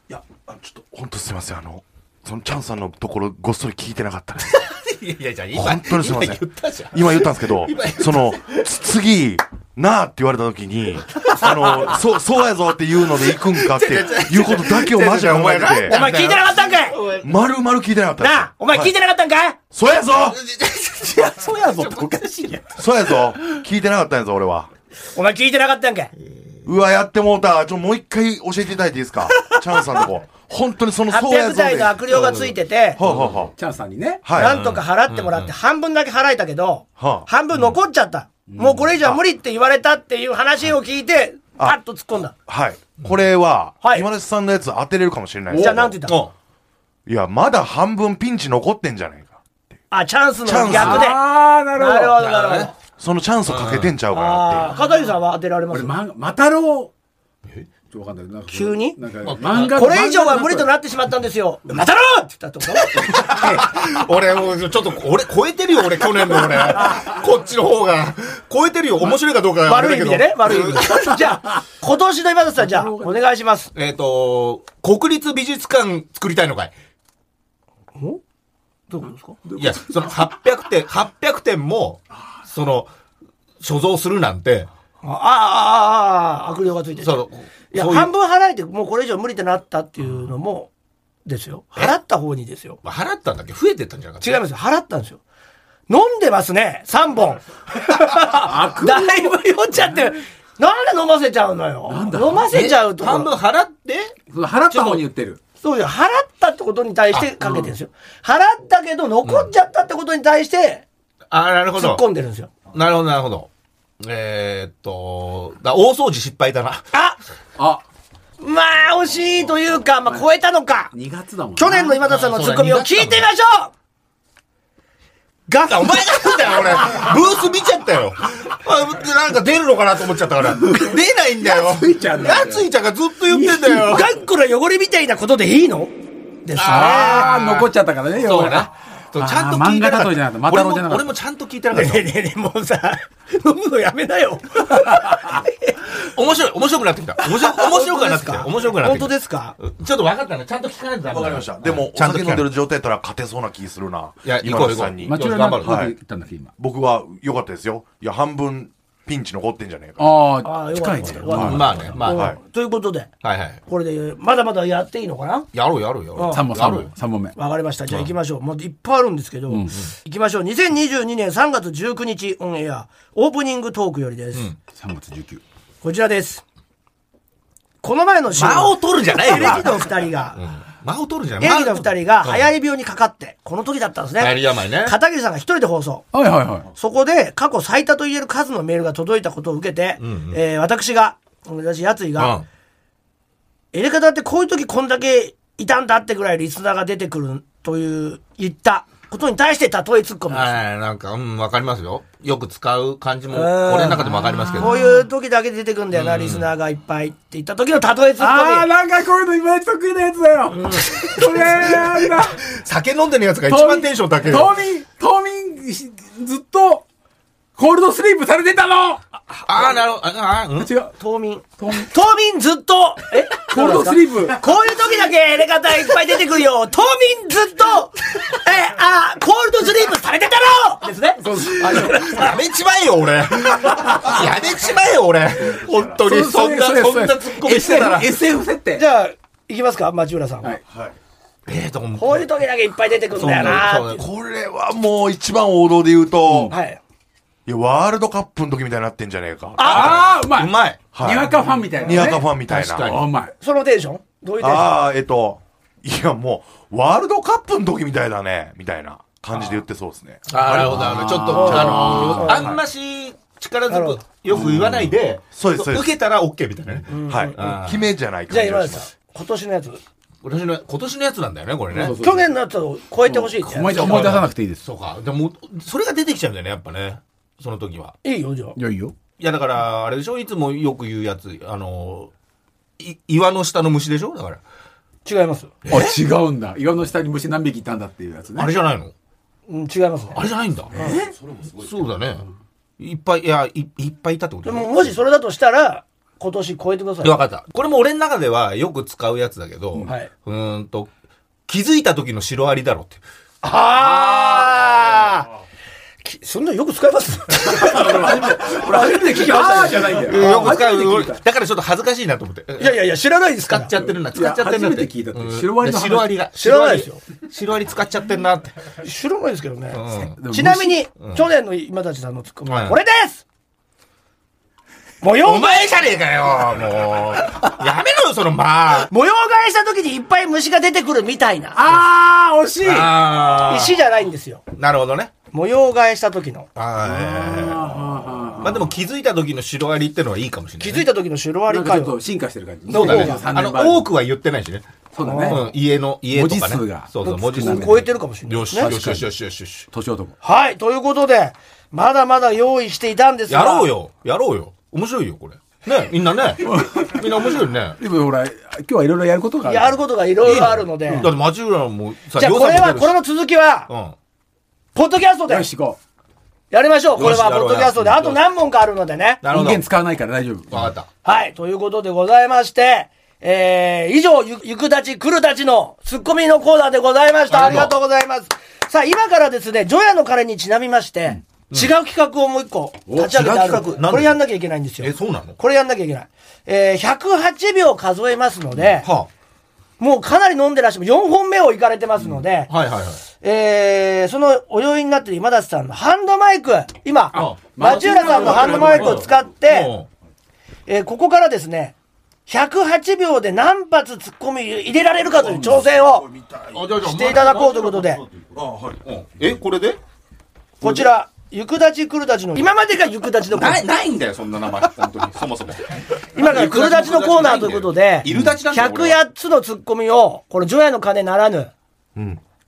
いや、あのちょっと、ほんとすいません。あの、そのチャンさんのところ、ごっそり聞いてなかったです。いやいや、じゃあ今、本当にすいません。今言ったじゃん。今言ったんですけど、その、つ次、なあって言われた時に、あの、そう、そうやぞっていうので行くんかっていうことだけをマジで考え違う違う違う違うおて、前聞いてなかったんかい丸々聞いてなかったですなあ、お前聞いてなかったんかいそうやぞやぞっておかしいやん。そうやぞ聞いてなかったんやぞ、俺は。お前聞いてなかったんかいうわ、やってもうた。ちょ、もう一回教えていただいていいですかチャンさんのとこ。本当にその、そうや ?800 ぞで。体のは悪霊がついてて、あ、はあはチャンさんにね。あ、はい。なんとか払ってもらって、半分だけ払えたけど、はあ半分残っちゃった。もうこれ以上は無理って言われたっていう話を聞いて、パッと突っ込んだ。はい。これは、はい今田さんのやつ当てれるかもしれないですじゃあなんて言ったおいや、まだ半分ピンチ残ってんじゃないか。あ、チャンスのチャンス逆で。ああ、なるなるほほど。ど、なるほど。そのチャンスをかけてんちゃうかなあっあ、片桐さんは当てられま俺、すま、またろう。ちょっとわかんないなんか急になんか漫画これ以上は無理とっなってしまったんですよ。またろうって言ったと思俺、もうちょっと、俺、超えてるよ、俺、去年の俺。こっちの方が。超えてるよ、面白いかどうかう。はあれ悪いだ意け味どでね、 悪い意味で。じゃあ、今年の今田さん、じゃあ、お願いします。えっ、と、国立美術館作りたいのかいどういうことですかいや、その800点、800点も、その、所蔵するなんて、ああ、ああ、悪霊がついてる。その、いや、そう半分払えて、もうこれ以上無理ってなったっていうのも、ですよ。払った方にですよ。払ったんだっけ増えてったんじゃなかった違いますよ。払ったんですよ。飲んでますね、3本。 だいぶ酔っちゃってる。なんで飲ませちゃうのよ。飲ませちゃうところ半分払って払った方に言ってる。そうですよ。払ったってことに対してかけてるんですよ。払ったけど残っちゃったってことに対してあーなるほ突どっ。込んでるんですよ。なるほど、なるほど。えー、っと、だ大掃除失敗だな。ああ、まあ惜しいというか、まあ超えたのか。 2月だもんな。去年の今田さんのツッコミを聞いてみましょうガスお前なんだよ、俺。ブース見ちゃったよ。あなんか出るのかなと思っちゃったから。出ないんだよ。やついちゃんだよいちゃんがずっと言ってんだよ。ガックの汚れみたいなことでいいのですね。ああ、残っちゃったからね、そう汚れね。そうちゃんとあ聞ーいてなか漫画例えじゃなった。かったマタ俺ロウじゃもなかっ俺たもちゃんと聞いてなかったね。えねえねえ、もうさ、飲むのやめな よ。面白い、面白くなってきた。面白く、面白くはなってきた。面白くはなっ本てき当た。ですかちょっと分かったね。ちゃんと聞かないとダメて。わだかりなました。でも、おちゃんと聞酒飲かなんでいる状態やったら勝てそうな気するな。いや行こ今う田さん行にこ。う町浦頑なん張かる言ったんだっけ、今。僕は良かったですよ。いや、半分ピンチ残ってんじゃねえか。あああ、ー近い近い。よかったまあね、まあ。うんはいいということで、はい。これで、まだまだやっていいのかなやろうやろうやろう。 3本、や3ろう本、三本目。わかりました。じゃあ行きましょう。もういっぱいあるんですけど、行きましょう。2022年3月19日オンエア、オープニングトークよりです。 3月19。こちらです。この前の週、間を取るんじゃないよエレキの二人が、間を取るんじゃない演技の二人が流行り病にかかって、この時だったんですね。流行り病ね片桐さんが一人で放送。はいはいはい。そこで過去最多と言える数のメールが届いたことを受けて、えー私が、私、やついが、うんエレカタってこういう時こんだけいたんだってぐらいリスナーが出てくるという、言ったことに対して例えツッコミです。はい、なんか、うん、わかりますよ。よく使う感じも、俺の中でもわかりますけど。こういう時だけ出てくんだよな、リスナーがいっぱいって言った時の例えツッあコー、ミ。なんかこういうの今まで得意なやつだよ。それなんだ。酒飲んでるやつ が一冬番眠テンション高い冬よ。眠、冬眠し、ずっと、コールドスリープされてたのああ、なるほど。ああ、うん。違う。冬眠。冬眠ずっと、えコールドスリープ。 こういう時だけエレ方いっぱい出てくるよ。冬眠ずっと、え、あ、コールドスリープされてたろですね。やめちまえよ、俺。やめちまえよ、俺。本当に、そんな、そんなツッコミしてたら。 SF 設定。じゃあ、いきますか、町浦さん。はいええと、もうこういう時だけいっぱい出てくるんだよそうなだよ。これはもう一番王道で言うと、いはい。や、ワールドカップの時みたいになってんじゃねえか。ああ、うまい。うまい。はいにわかファンみたいなね。にわかファンみたいな。確かにあうまい。そのテンションどういうテンションああ、えっと、いや、もう、ワールドカップの時みたいだね、みたいな感じで言ってそうですね。ああ、なるほど、なるほど。ちょっと、あのー、あんまし、力なるほ強く、よく言わないで、そうですそうです受けたら OK みたいなね。はい。決めじゃないじゃあ感じ今が田しまさす。ん、今年のやつ。今年の、今年のやつなんだよね、これね。去年のやつを超えてほしいってやつ思い出思い出さなくていいです。そうか。でも、それが出てきちゃうんだよね、やっぱね。その時は。いいよ、じゃあ。いや、いいよ。いや、だから、あれでしょいつもよく言うやつ。あのー、い岩の下の虫でしょだから。違います。あ、違うんだ。岩の下に虫何匹いたんだっていうやつねあれ。じゃないのうん、違いますねあ。れじゃないんだ。えそうだね。いっぱい、いや、いいっぱいいたってことでだよも、もしそれだとしたら、今年超えてください。分かった。これも俺の中ではよく使うやつだけど、はいうーんと、気づいた時のシロアリだろって。あーきそんなよく使います俺初めて聞きました。ああじゃないんだよ。よく使初めて聞ういた。だからちょっと恥ずかしいなと思って。 いやいやいや、知らないです使かっらち。ゃってるな、使っちゃってるなっ初めて。て聞いたってうんシロアリの話シロアリが。知らないですよシロアリ。シロアリ使っちゃってるなって。知らないですけどね。うちなみに、去年の今立さんのツッコミははいこれです模様お前じゃねえかよもう。やめろよ、そのまあ。模様替えした時にいっぱい虫が出てくるみたいな。ああ、惜しい。あ石じゃないんですよ。ーなるほどね。模様替えした時の。あーまあでも気づいた時のシロアリってのはいいかもしれな気いね。づいた時のシロアなリんかかちょっとよ。進化してる感じ。そうだね。 2023あの年版、多くは言ってないしね。そうだねん家の、家とかね。文字数がそうそう、文字数超えてるかもしれないよですし、ね。よしよしよしよしよし。年男。はい、ということで、まだまだ用意していたんですが。やろう。よ。やろうよ。面白いよ、これ。ね、みんなね。みんな面白いね。でもほら、今日はいろいろやることがある。やることがいろいろあるのでだ。って町浦もさ、じゃあ予こ算れは、もこ取れるしの続きは、うん。ポッドキャストでよし、行こやりましょう。これよはしやろうポッやドキャストで。あと何問かあるのでね。なう。る音ほど。源使わないから大丈夫。わかった。はい、ということでございまして、えー、以上、ゆ、ゆくたち、くるたちのツッコミのコーナーでございました。あありりががととうございます。さあ、今からですね、ジョヤの彼にちなみまして、違う企画をもう一個立ち上げてあ違るう企画これやんなきゃいけないんですよ。え、そうなのこれやんなきゃいけない。えー、108秒数えますので、はもうかなり飲んでらっしゃる。4本目を行かれてますので、あ、はいはいはい。えー、そのお酔いになってる今田さんのハンドマイク、今あ、町浦さんのハンドマイクを使って、うんえーここからですね、108秒で何発ツッコミ入れられるかという挑戦をあじゃあじゃあしていただこうということで、うんえ、これでこちら、ゆくだちくるだちの、今までがゆくだちのコーナなーい、ないんだよ、そんな名前。本当 に、そもそも。今からくるだちのコーナーということで、いるだちなんだよ俺は108つのツッコミを、この除夜の鐘ならぬ、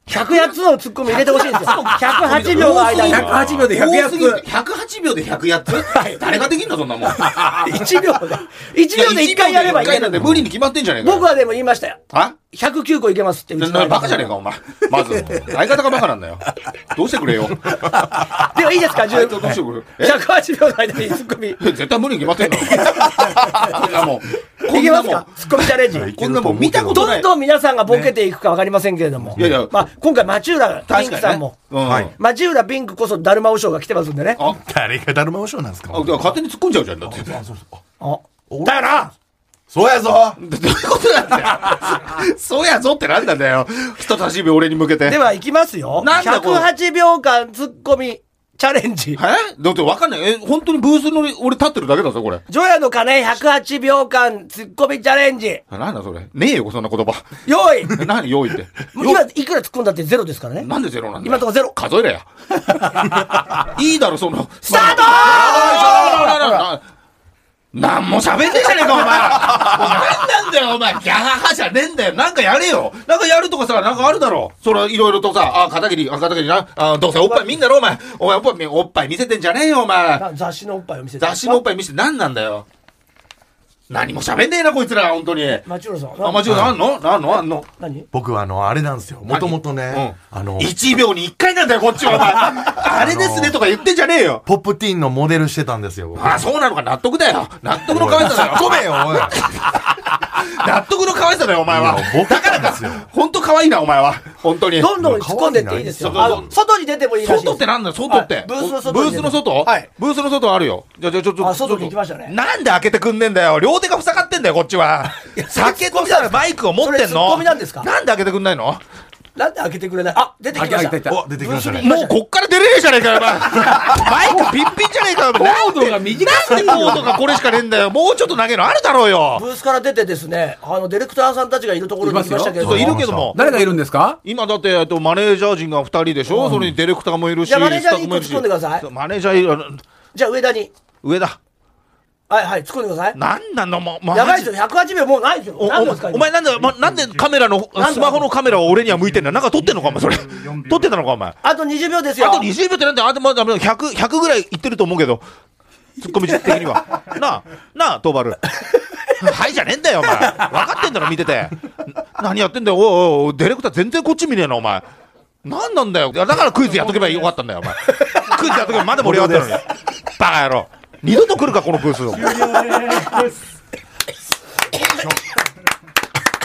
108つのツッコミ入れてほしいんですよ。108秒の間に。 108秒で100や多すぎるつ。 108秒で100やつ誰ができんの、そん なもん。 1秒で、1秒で1回やればいい1秒で一回なんて無理に決まってんじゃねえかよ。僕はでも言いましたよ。あ109個いけますってうちの相方バカじゃねえか、お前。まず、相方がバカなんだよ。どうしてくれよ。でもいいですか、相10方どうしてくれよ え108秒の間にツッコミ。え絶対無理に決まってんだろ。こんなもん。こいけんなますもかん。ツッコミチャレンジ。こんなもん見たことなどい。んどん皆さんがボケていくか分かりませんけれども。いやいやまあ、今回、町浦ピン確クかにね。さんも。うん。ははいい。町浦ピンクこそ、だるまおしょうが来てますんでね。あ、誰がだるまおしょうなんですかあだから勝手に突っ込んじゃうじゃん、だって。あだよなそうやぞどういうことなんだよ。そうやぞってなんなんだよ。人差し指俺に向けて。では、いきますよ。なんだこれ108秒間ツッコミチャレンジ。えだってわかんない。え、本当にブースの俺俺立ってるだけだぞ、これ。ジョヤの鐘108秒間ツッコミチャレンジ。あなんだそれ。ねえよ、そんな言葉。用意え何用意って。 もう今、いくら突っ込んだってゼロですからね。なんでゼロなんだよ今のところゼロ数え れや。いいだろ、その。スタートあなんも喋んねえじゃねえか、お前。なんなんだよ、お前。ギャハハじゃねえんだよ。なんかやれよ。なんかやるとかさ、なんかあるだろ。それ、いろいろとさ、あ、片桐、あ、片桐な。あ、どうせおっぱい見んだろ、お前。お前、おっぱい見、おっぱい見せてんじゃねえよ、お前。な雑誌のおっぱいを見せて雑誌のおっぱい見せて何なんだよ。何も喋んねえな、こいつら、本当に。あ、マチュロさんな間違えた。あんのなんのあんの何僕はあの、あれなんですよ。もともとね、あの、 1秒に1回なんだよ、こっちは。お前あれですねとか言ってんじゃねえよ。ポップティーンのモデルしてたんですよ、僕。あ、そうなのか、納得だよ。納得の可愛さだよ。ごめんよ、おい。納得の可愛さだよ、お前は。僕なんですよ。 本当可愛いな、お前は。本当に。どんどん突っ込んでっていいですよ可愛いなあの外に出てもいいらしいで外すってなんだよ、外っはてい。ブースの外ブースの外はいブースの外あるよ。じゃあ、じゃあ、ちょっと。あ外にちょっと行きましたねなんで開けてくんねんだよ。両手が塞がってんだよ、こっちは。酒としたらバイクを持ってんの。それツッコミなんですかなんで開けてくんないのなんで開けてくれないあ出てきました開けた開けお、出てきましたね。もうこっから出れねえじゃねえかよ、お前。 バイクピンピンじゃねえかよ、お前。コードが短なんでコードがこれしかねえんだよ。もうちょっと投げるのあるだろうよ。ブースから出てですねあのディレクターさんたちがいるところに行いますきよましたけれどそう、もいるけども。誰がいるんですか今だって、えっと、マネージャー陣が2人でしょ、それにディレクターもいるし、じゃあマネージャースタッにフもいる一個突っ込んでくださいそうマネージャーいるあの、じゃあ上田に上だ。はいはい突っ込んでくださいなんなの、もう、やばマいジですよ108秒もうないですよお何ですかおお前なんだよ、ま、なんでカメラのなんだスマホのカメラは俺には向いてんだよなんか撮ってんのかお前それ撮ってたのかお前ああと20秒ですとよ20秒ってなんだよあとまだ100 100ぐらいいってると思うけどツッコミ的にはなあなあトーバルはいじゃねえんだよお前分かってんだろ見ててな何やってんだよおいおいおいディレクター全然こっち見ねえなお前何なんだよいやだからクイズやっとけばよかったんだよお前クイズやっとけばまだ盛り上がったのにバカ野郎二度と来るかこのブース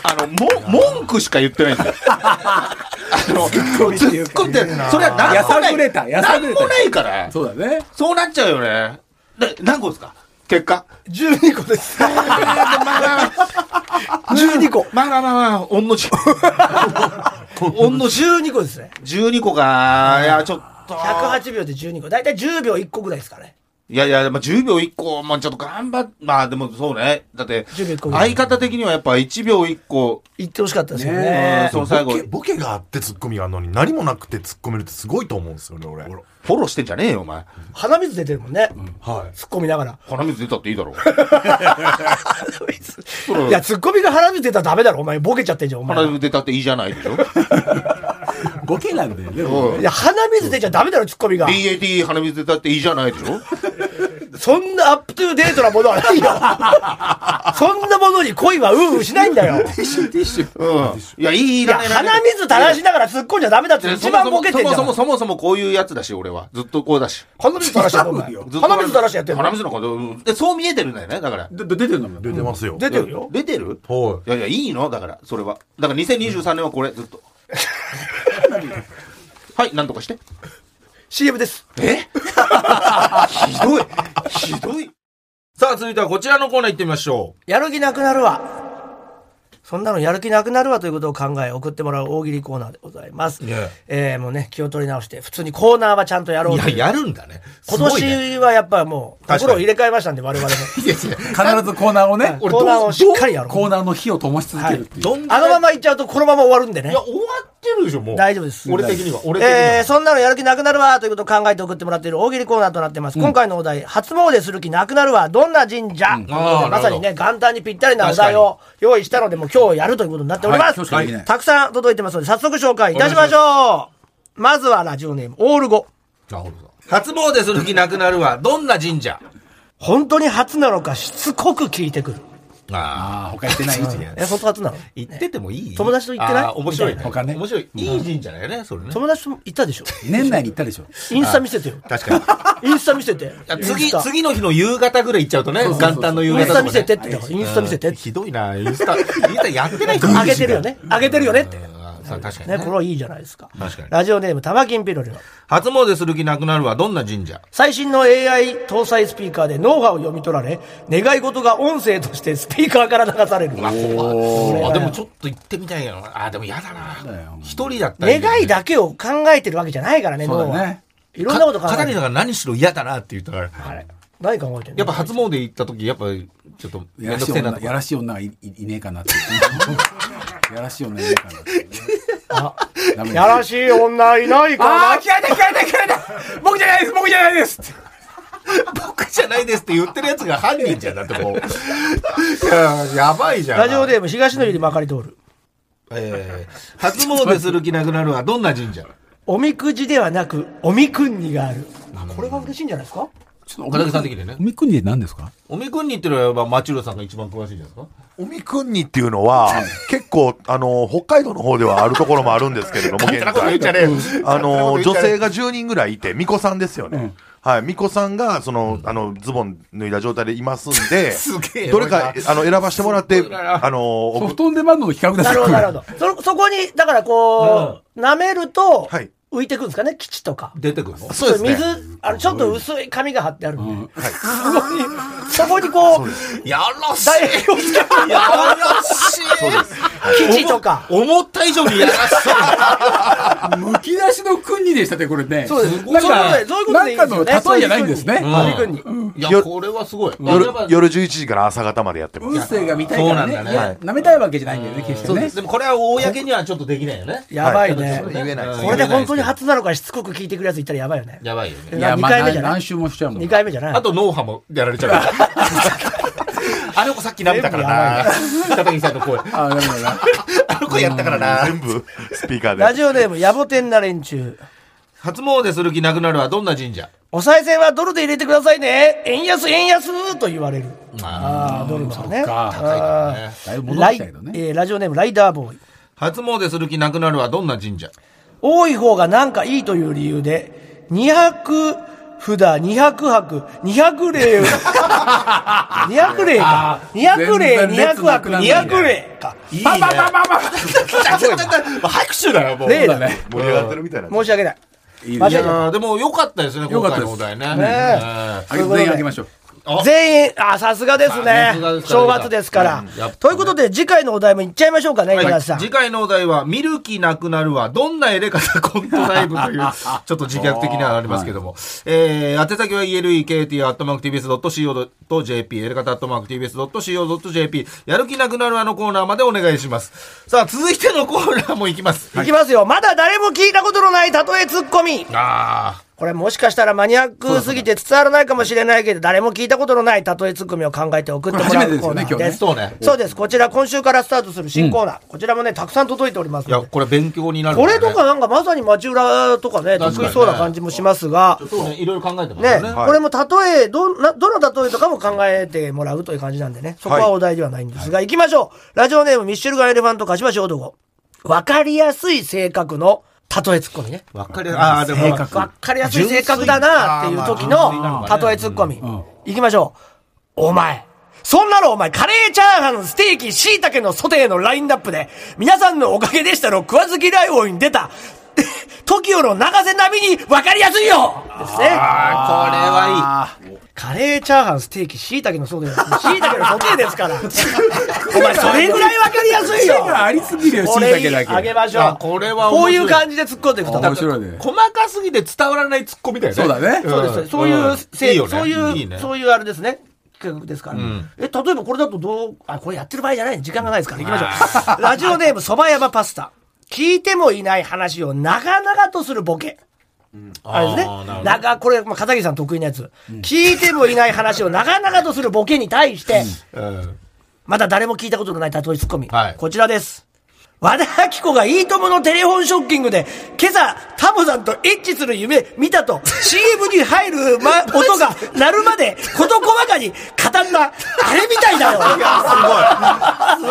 あの、も、文句しか言ってないんだよ。あの、ツッコミって、それは何もやなさい。ぐれたやさ何ぐれたも ないから、そうだね。そうなっちゃうよね。な何個ですか結果。 12個ですまあまあまあ、 12個まあまあまあ、おんのじ。おんのじ。 12個ですね12個か。いや、ちょっと。 108秒で12個大体10秒1個ぐらいですかねいやいや、まあ、10秒1個、まあ、ちょっと頑張っ、まあでもそうね。だって、 10秒1個ぐらい相方的にはやっぱ1秒1個、言ってほしかったですようんねその最後、ボフケボケがあってツッコミがあるのに何もなくてツッコめるってすごいと思うんですよね、俺。ォローしてんじゃねえよ、お前。鼻水出てるもんねはい。突っ込みながら鼻水出たっていいだろう。いや、ツッコミが腹水出たらダメだろ、お前。ボケちゃってんじゃん、お鼻前。水出たっていいじゃないでしょボケなんだよね。もういや、鼻水出ちゃダメだろ、ツッコミが。 DAT 鼻水出たっていいじゃないでしょそんなアップトゥーデートなものはないよ。そんなものに恋はうううしないんだよ。うん。いや、いい、いいや、鼻水垂らしながら突っ込んじゃダメだって一番ボケてんじゃん。そもそもそもそもそもこういうやつだし、俺は。ずっとこうだし。鼻水垂らしてんだよ。ずっと鼻水垂らしてやってる鼻水のことうんで、そう見えてるんだよね、だから。でで出てるのも出てますよ。出てるよ。出てるはいやいや、いいのだから、それは。だから2023年はこれ、ずっ と。はい、なんとかして。 CM です。えひどい。ひどい。さあ、続いてはこちらのコーナー行ってみましょう。やる気なくなるわ。そんなのやる気なくなるわということを考え送ってもらう大喜利コーナーでございます。ねえーもうね、気を取り直して、普通にコーナーはちゃんとやろうというやるんだね。今年はやっぱもう、確かに心を入れ替えましたんで、我々も。必ずコーナーをね、コーナーをしっかりやろコう。ーナーの火を灯し続けるっていう。どんあのままいっちゃうと、このまま終わるんでねいや、。終わってるでしょ、もう。大丈夫です。俺的には、俺的には。えー、そんなのやる気なくなるわということを考えて送ってもらっている大喜利コーナーとなってます。今回のお題、初詣する気なくなるわ、どんな神社、ということであーまさにね、元旦にぴったりなお確か題にを用意したので、もう今日やるということになっておりはまいす。今日しかできないたくさん届いてますので、早速紹介いたしましょう。まずはラジオネーム、オール5。初詣する気なくなるわ。どんな神社本当に初なのか、しつこく聞いてくる。ああ。ああ、他行ってないえ、本当初なの行っててもいい友達と行ってないあー面白いみね。たいな面白い。いい神社だよね、それね。友達とも行ったでしょ年内に行ったでしょ。インスタ見せてよ。確か に。インスタ見せていや。イン次、スタ次の日の夕方ぐらい行っちゃうとね、元旦の夕イン方スタとか見ねせてって言ったから、インスタ見せてって。ひどいな、インスタ。インスタやってない人あげてるよね。あげてるよねって。ね、あーさ確かにね。これはいいじゃないですか。確かにラジオネーム、玉金ピロリは。初詣する気なくなるわ。どんな神社最新の AI 搭載スピーカーで脳波を読み取られ、願い事が音声としてスピーカーから流される。あ、でもちょっと行ってみたいよな。あ、でもやだな。一人だったらいいよね。願いだけを考えてるわけじゃないからね、そうだ脳は。ねいろんなこと考かえ片て桐る。さんが何しろ嫌だなって言ったから。何考えてるやっぱ初詣行った時、やっぱちょっとやめんらどくしいせえな女とやからしい女はいいいねえかなって。やらしい女いねえかなって。ダメだやらしい女いないかなああ、聞かれた聞かれた聞かれた僕じゃないです僕じゃないですって僕じゃないですって言ってるやつが犯人じゃん。だってもう。いややばいじゃん。ラジオネーム東のゆりまかり通る。えー、初詣する気なくなるはどんな神社おみくじではなく、おみくんにがある。あこれが嬉しいんじゃないですか岡崎さん的にね。みくんで何ですかおみくんにってのは、まあ、町浦さんが一番詳しいじゃないですか。おみくんにっていうのは、結構、あの、北海道の方ではあるところもあるんですけれども、現在。ちゃねあの、女性が10人ぐらいいて、巫女さんですよね。はい、巫女さんが、その、あの、ズボン脱いだ状態でいますん で、げえどれか、あの、選ばしてもらってす、ごいなあの、ソ送フっトオンデマンドの企画でなするよほど、なるほど。そ、そこに、だからこう、舐めると、はい浮いてくんですかね、基地とか。出てくるのそうですね。水、あの、ちょっと薄い紙が貼ってあるんで。そこに、そこにこう、やらし大栄養士いやらしい基地とか。思った以上にやらしい むき出しのくんにでしたって、これね。そうですなんかそういうことでそういう、ことなでいんいんでかすよねの例えじゃないんですね。おみくんに。いや、よこれはすごい。夜やっぱ、夜11時から朝方までやってます。運勢が見たいからね。そうなんだねいや舐めたいわけじゃないんだよね、決してそうでねす。。でもこれは公にはちょっとできないよね。やばいはいねちょっ。と言えないですこれで本当に初なのかしつこく聞いてくるやついたらやばいよね。やばいよね。いや、二まあ、回目じゃない何周もしちゃうもん。 2回目じゃないあと、脳波もやられちゃう。あの子さっき舐めたからな。片桐さんの声。あ、ダメだな。あの子やったからな。全部、スピーカーで。ラジオネーム、野暮天な連中。初詣する気なくなるはどんな神社お賽銭はドルで入れてくださいね。円安、円安と言われる。ああ、ドルだね。か。あーだいぶ戻っラてイきたけどね。えーラジオネーム、ライダーボーイ。初詣する気なくなるはどんな神社多い方がなんかいいという理由で、200札、200泊、200例、200例か。200例、全然列200な泊、くなるんだ200例か。 いいね。パパパパ拍手だよ、もう。例そうだだねね。盛り上がってるみたいなんで。申し訳ない。いい間で違えいすたやーでも良かったですね、今回のお題ね。ねねあげ全員あげましょう。あ全員、あ、さすがですさねすがで。す正月ですからうんやっぱね。ということで、次回のお題もいっちゃいましょうかね、はい皆さん。次回のお題は、ミルキーなくなるは、どんなエレカタコントライブ という、ちょっと自虐的にはありますけども。えー、宛先は elekt.tbs.co.jp、エレカタ .tbs.co.jp、やる気なくなるはのコーナーまでお願いします。さあ、続いてのコーナーもいきます。いきますよ。まだ誰も聞いたことのない例えツッコミ。あこれもしかしたらマニアックすぎて伝わらないかもしれないけど、誰も聞いたことのない例えツッコミを考えて送ってもこれら初めてうでコすーよナねーです。今日ねそうねそうです。こちら今週からスタートする新コーナー。こちらもね、たくさん届いておりますー。いや、ので。これ勉強になる、これとか。なんかまさに町浦とかね、確かにね得意そうな感じもしますが、そうね、いろいろ考えてますねよ、ね。これも例え、どんな、どの例えとかも考えてもらうという感じなんでね、そこはお題ではないんですが、行きましょうラジオネームミッシェルガンエレファント柏市男。わかりやすい性格の例えツッコミね。わかりやすい。ああ、でも、わかりやすい性格だなっていう時の例えツッコミ。行きましょう。お前、そんなのお前、カレーチャーハン、ステーキ、椎茸のソテーのラインナップで、皆さんのおかげでしたの食わず嫌い王に出た、TOKIO の長瀬並みにわかりやすいよですね。これはいい。カレーチャーハン、ステーキ、椎茸のソテーです。椎茸のソテーですから。お前、それぐらいわかりやすい手よがありすぎるよ、こ椎れ茸だけ。あげましょう。あこれは面こう白いいう感じで突っ込んでいくと。面白いね。細かすぎて伝わらないツッコミだよね。そうだね。そうです、そういうせい、そういう、うそういうあれですね。企画ですから、え、例えばこれだとどう、あ、これやってる場合じゃない時間がないですから、行きましょう。ラ ジオネーム、蕎麦山パスタ。聞いてもいない話を長々とするボケ。あれですあーなるほね。なんか、これ、まあ、片桐さん得意なやつ、聞いてもいない話を長々とするボケに対して、うんまだ誰も聞いたことのない例えツッコミ。はいこちらです。和田アキ子がいいとものテレフォンショッキングで、今朝、タモさんとエッチする夢見たと、CM に入る、 ま、音が鳴るまで、事細かに語った、あれみたいだよ。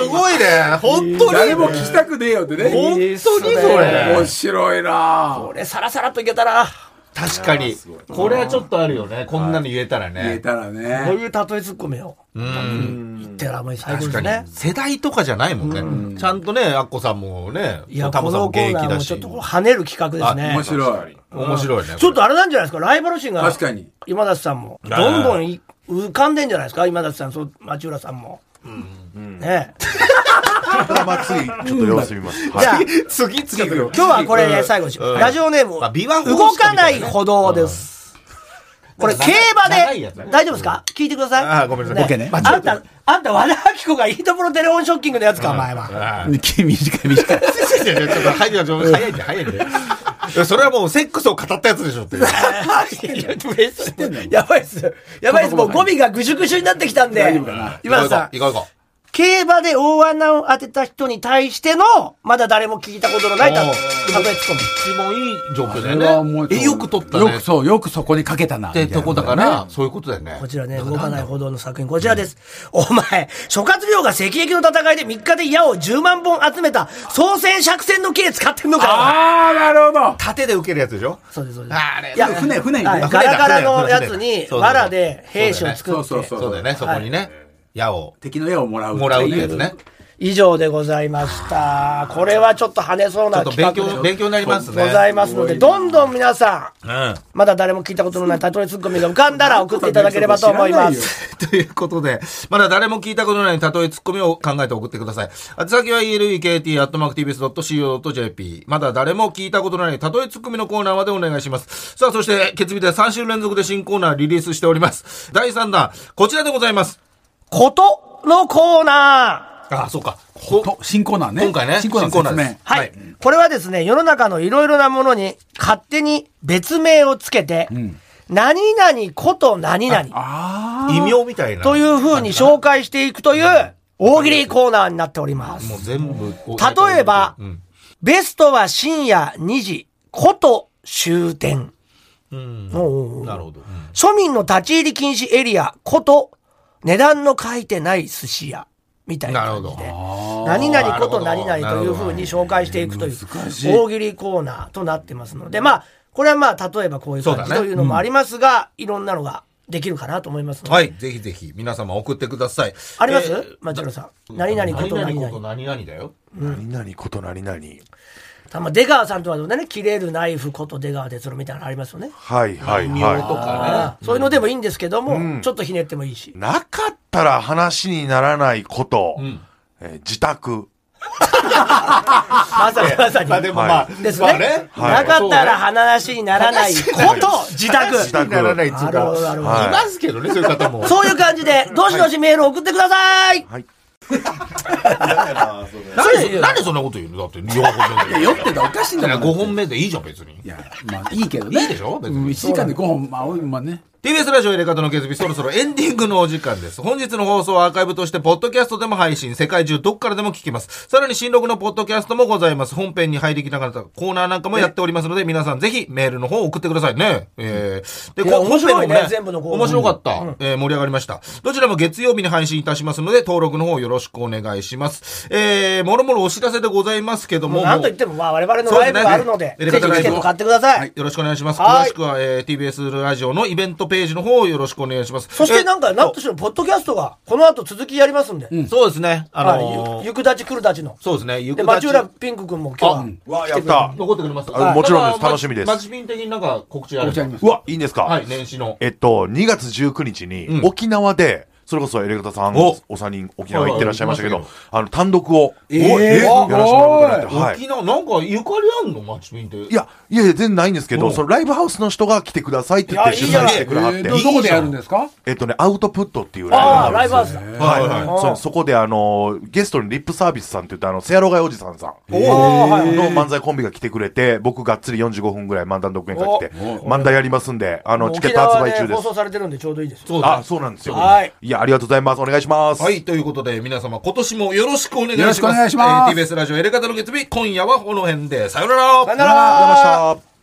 すごいね。本当に。誰も聞きたくねえよってね。本当にそ面れ。白いなこれ、サラサラといけたら、確かに。これはちょっとあるよね。こんなの言えたら言えね。たらこうね。いう例えツッコミを、言ってらもう最高で確すかねに。。世代とかじゃないもんね。ちゃんとね、アッコさんもね、いや、タこモさんのもコー現ナ役ーだもし。ちょっとこう跳ねる企画ですね面。白い。面白いね。ちょっとあれなんじゃないですか、ライバル心が。確かに。今田さんも。どんどんい浮かんでんじゃないですか、今田さん、そう、町浦さんも。ねえ。これはまあ次、ちょっと様子見ます。じゃあはい。、次々来る今日はこれね、最後にし、ラジオネーム、あ琵琶法師みたいなね動かない歩道です。これ、長競い馬長いやつだでね、大丈夫ですか聞いてください。あーごめんなさいボケねあんた、あんた、和田アキ子がいいところテレフォンショッキングのやつか、お前は。ああ短い短い短い。ちょっと早いじゃん、早いじゃん、早いじゃん。いやそれはもうセックスを語ったやつでしょっていう。いや別にやばいっす。やばいっす。もう語尾がぐしゅぐしゅになってきたんで。今田さん行、こう行こう。競馬で大穴を当てた人に対しての、まだ誰も聞いたことのないた、例えツッコミ。一番いい状況それはもうえ、よく撮ったね。よくそう、よくそこにかけたな。ってとこだかみたいなねら、そういうことだよね。こちらね、動かない歩道の作品、こちらです。お前、諸葛亮が赤壁の戦いで3日で矢を10万本集めた、総戦釈戦の刑使ってんのかよああ、なるほど。縦で受けるやつでしょそうです、そうです。あれいや、船船にねはい船ガラだガラのやつ船にだ、そうそう藁で兵士を作そっうてそう、そう。そうだよね、そこにね、矢を敵の絵をもらう。もらうってやつね。以上でございました。これはちょっと跳ねそうちょなっと企勉画で強、勉強になりますね。ございますので、ねどんどん皆さん、うん。 まだ誰も聞いたことの ないたとえツッコミが浮かんだら送っていただければと思います。ということで、まだ誰も聞いたことのない例えツッコミを考えて送ってください。宛先は elekt.mactvs.co.jp。まだ誰も聞いたことのない例えツッコミのコーナーまでお願いします。さあ、そして、決日では3週連続で新コーナーリリースしております。第3弾、こちらでございます。ことのコーナー。あそうか。と、新コーナーね。今回ね新コーナーの新コーナー説ではい。これはですね、世の中のいろいろなものに勝手に別名をつけて、何々こと何々異名みたいな。というふうに紹介していくという大喜利コーナーになっておりますも。う全部こう。例えばうん、ベストは深夜2時、こと終点。うん。おうおうおうなるほど。庶民の立ち入り禁止エリアこと値段の書いてない寿司屋みたいな感じでなる何々ことなる何ほど々というふうに紹介していくというしい大喜利コーナーとなってますのでまあこれはまあ例えばこういう感そうじだねというのもありますが、いろんなのができるかなと思いますので、はい。ぜひぜひ、皆様送ってください。あります、えー町野さん何々こと何何々こ々と何々だよ。何々こと何々。たま出川さんとかでもね切れるナイフこと出川哲郎みたいなのありますよね、はいはいとはかそういうのでもいいんですけども、ちょっとひねってもいいしい。なかったら話にならないこと、んえー自宅。まさにまさね。にまあでもまあ、ですまあね。はないかったら話になら ないこと、自宅。話にならないっつうなるかほど、なるほはいど。いますけどね、そういう方も。そういう感じで、どしどしメール送ってください。はい。なんでそなんでそんなこと言うのだって、4本目明。で。いや、酔ってたらおかしいんだもん。 5本目でいいじゃん、別にい。や、まあいいけどね。いいでしょ別にうん一時間で5本、まあ、まあね。 TBS ラジオ入れ方の決日、そろそろエンディングのお時間です。本日の放送はアーカイブとして、ポッドキャストでも配信、世界中どっからでも聞きます。さらに新録のポッドキャストもございます。本編に入りきなかったコーナーなんかもやっておりますので、皆さんぜひメールの方を送ってくださいね。えー、で、いやこ面白いね本編全部のコーナー面白かった、えー盛り上がりました。どちらも月曜日に配信いたしますので、登録の方よろしくお願いします。えー、もろもろお知らせでございますけども。もう何と言っても、まあ我々のライブがあるので、そうぜでひすねチケット買ってください。よろしくお願いします。は詳いしくは、えー、TBS ラジオのイベントページの方をよろしくお願いします。そしてなんか、えなんとしろ、ポッドキャストが、この後続きやりますんで。そうですね。あはいのゆーゆくだち来るだちの。そうですね。ゆで、く町浦残ピンク君も今日は。わあ、やった。ってくれますあもちろんですなんか楽しみですマジピン的になんか告知あるお茶ありますうわ、いいんですかはい、年始の。えっと、2月19日にん沖縄で、それこそエレクタさん、おお三人沖縄行ってらっしゃいましたけはいはどい、あの、単独を、えーおいやらせてもらうことになって、はい。沖縄、なんかゆかりあんのマジピンって。い、や、いやいや、全然ないんですけおど、うそのライブハウスの人が来てくださいって言っていやい主いじゃん催してくれはっえてー、どどこでやるんですかえっとね、アウトプットっていうああ、ラライイブブハハウウススでだ。す。はいはいあーそうそこであのーゲストにリップサービスさんって言ってあのセアロガイおじさんさんおおはいの漫才コンビが来てくれて僕がっつり45分ぐらい漫談独演会来て漫談やりますんであのチケット発売中沖縄で放す送されてるんでちょうどいいです。そうだあ。そうなんですよはいいやありがとうございますお願いしますはい、ということで、皆様、今年もよろしくお願いします。よろしくお願いしますえー TBS ラジオエレガタの月日、今夜はこの辺で、さよならさよならありがとうございました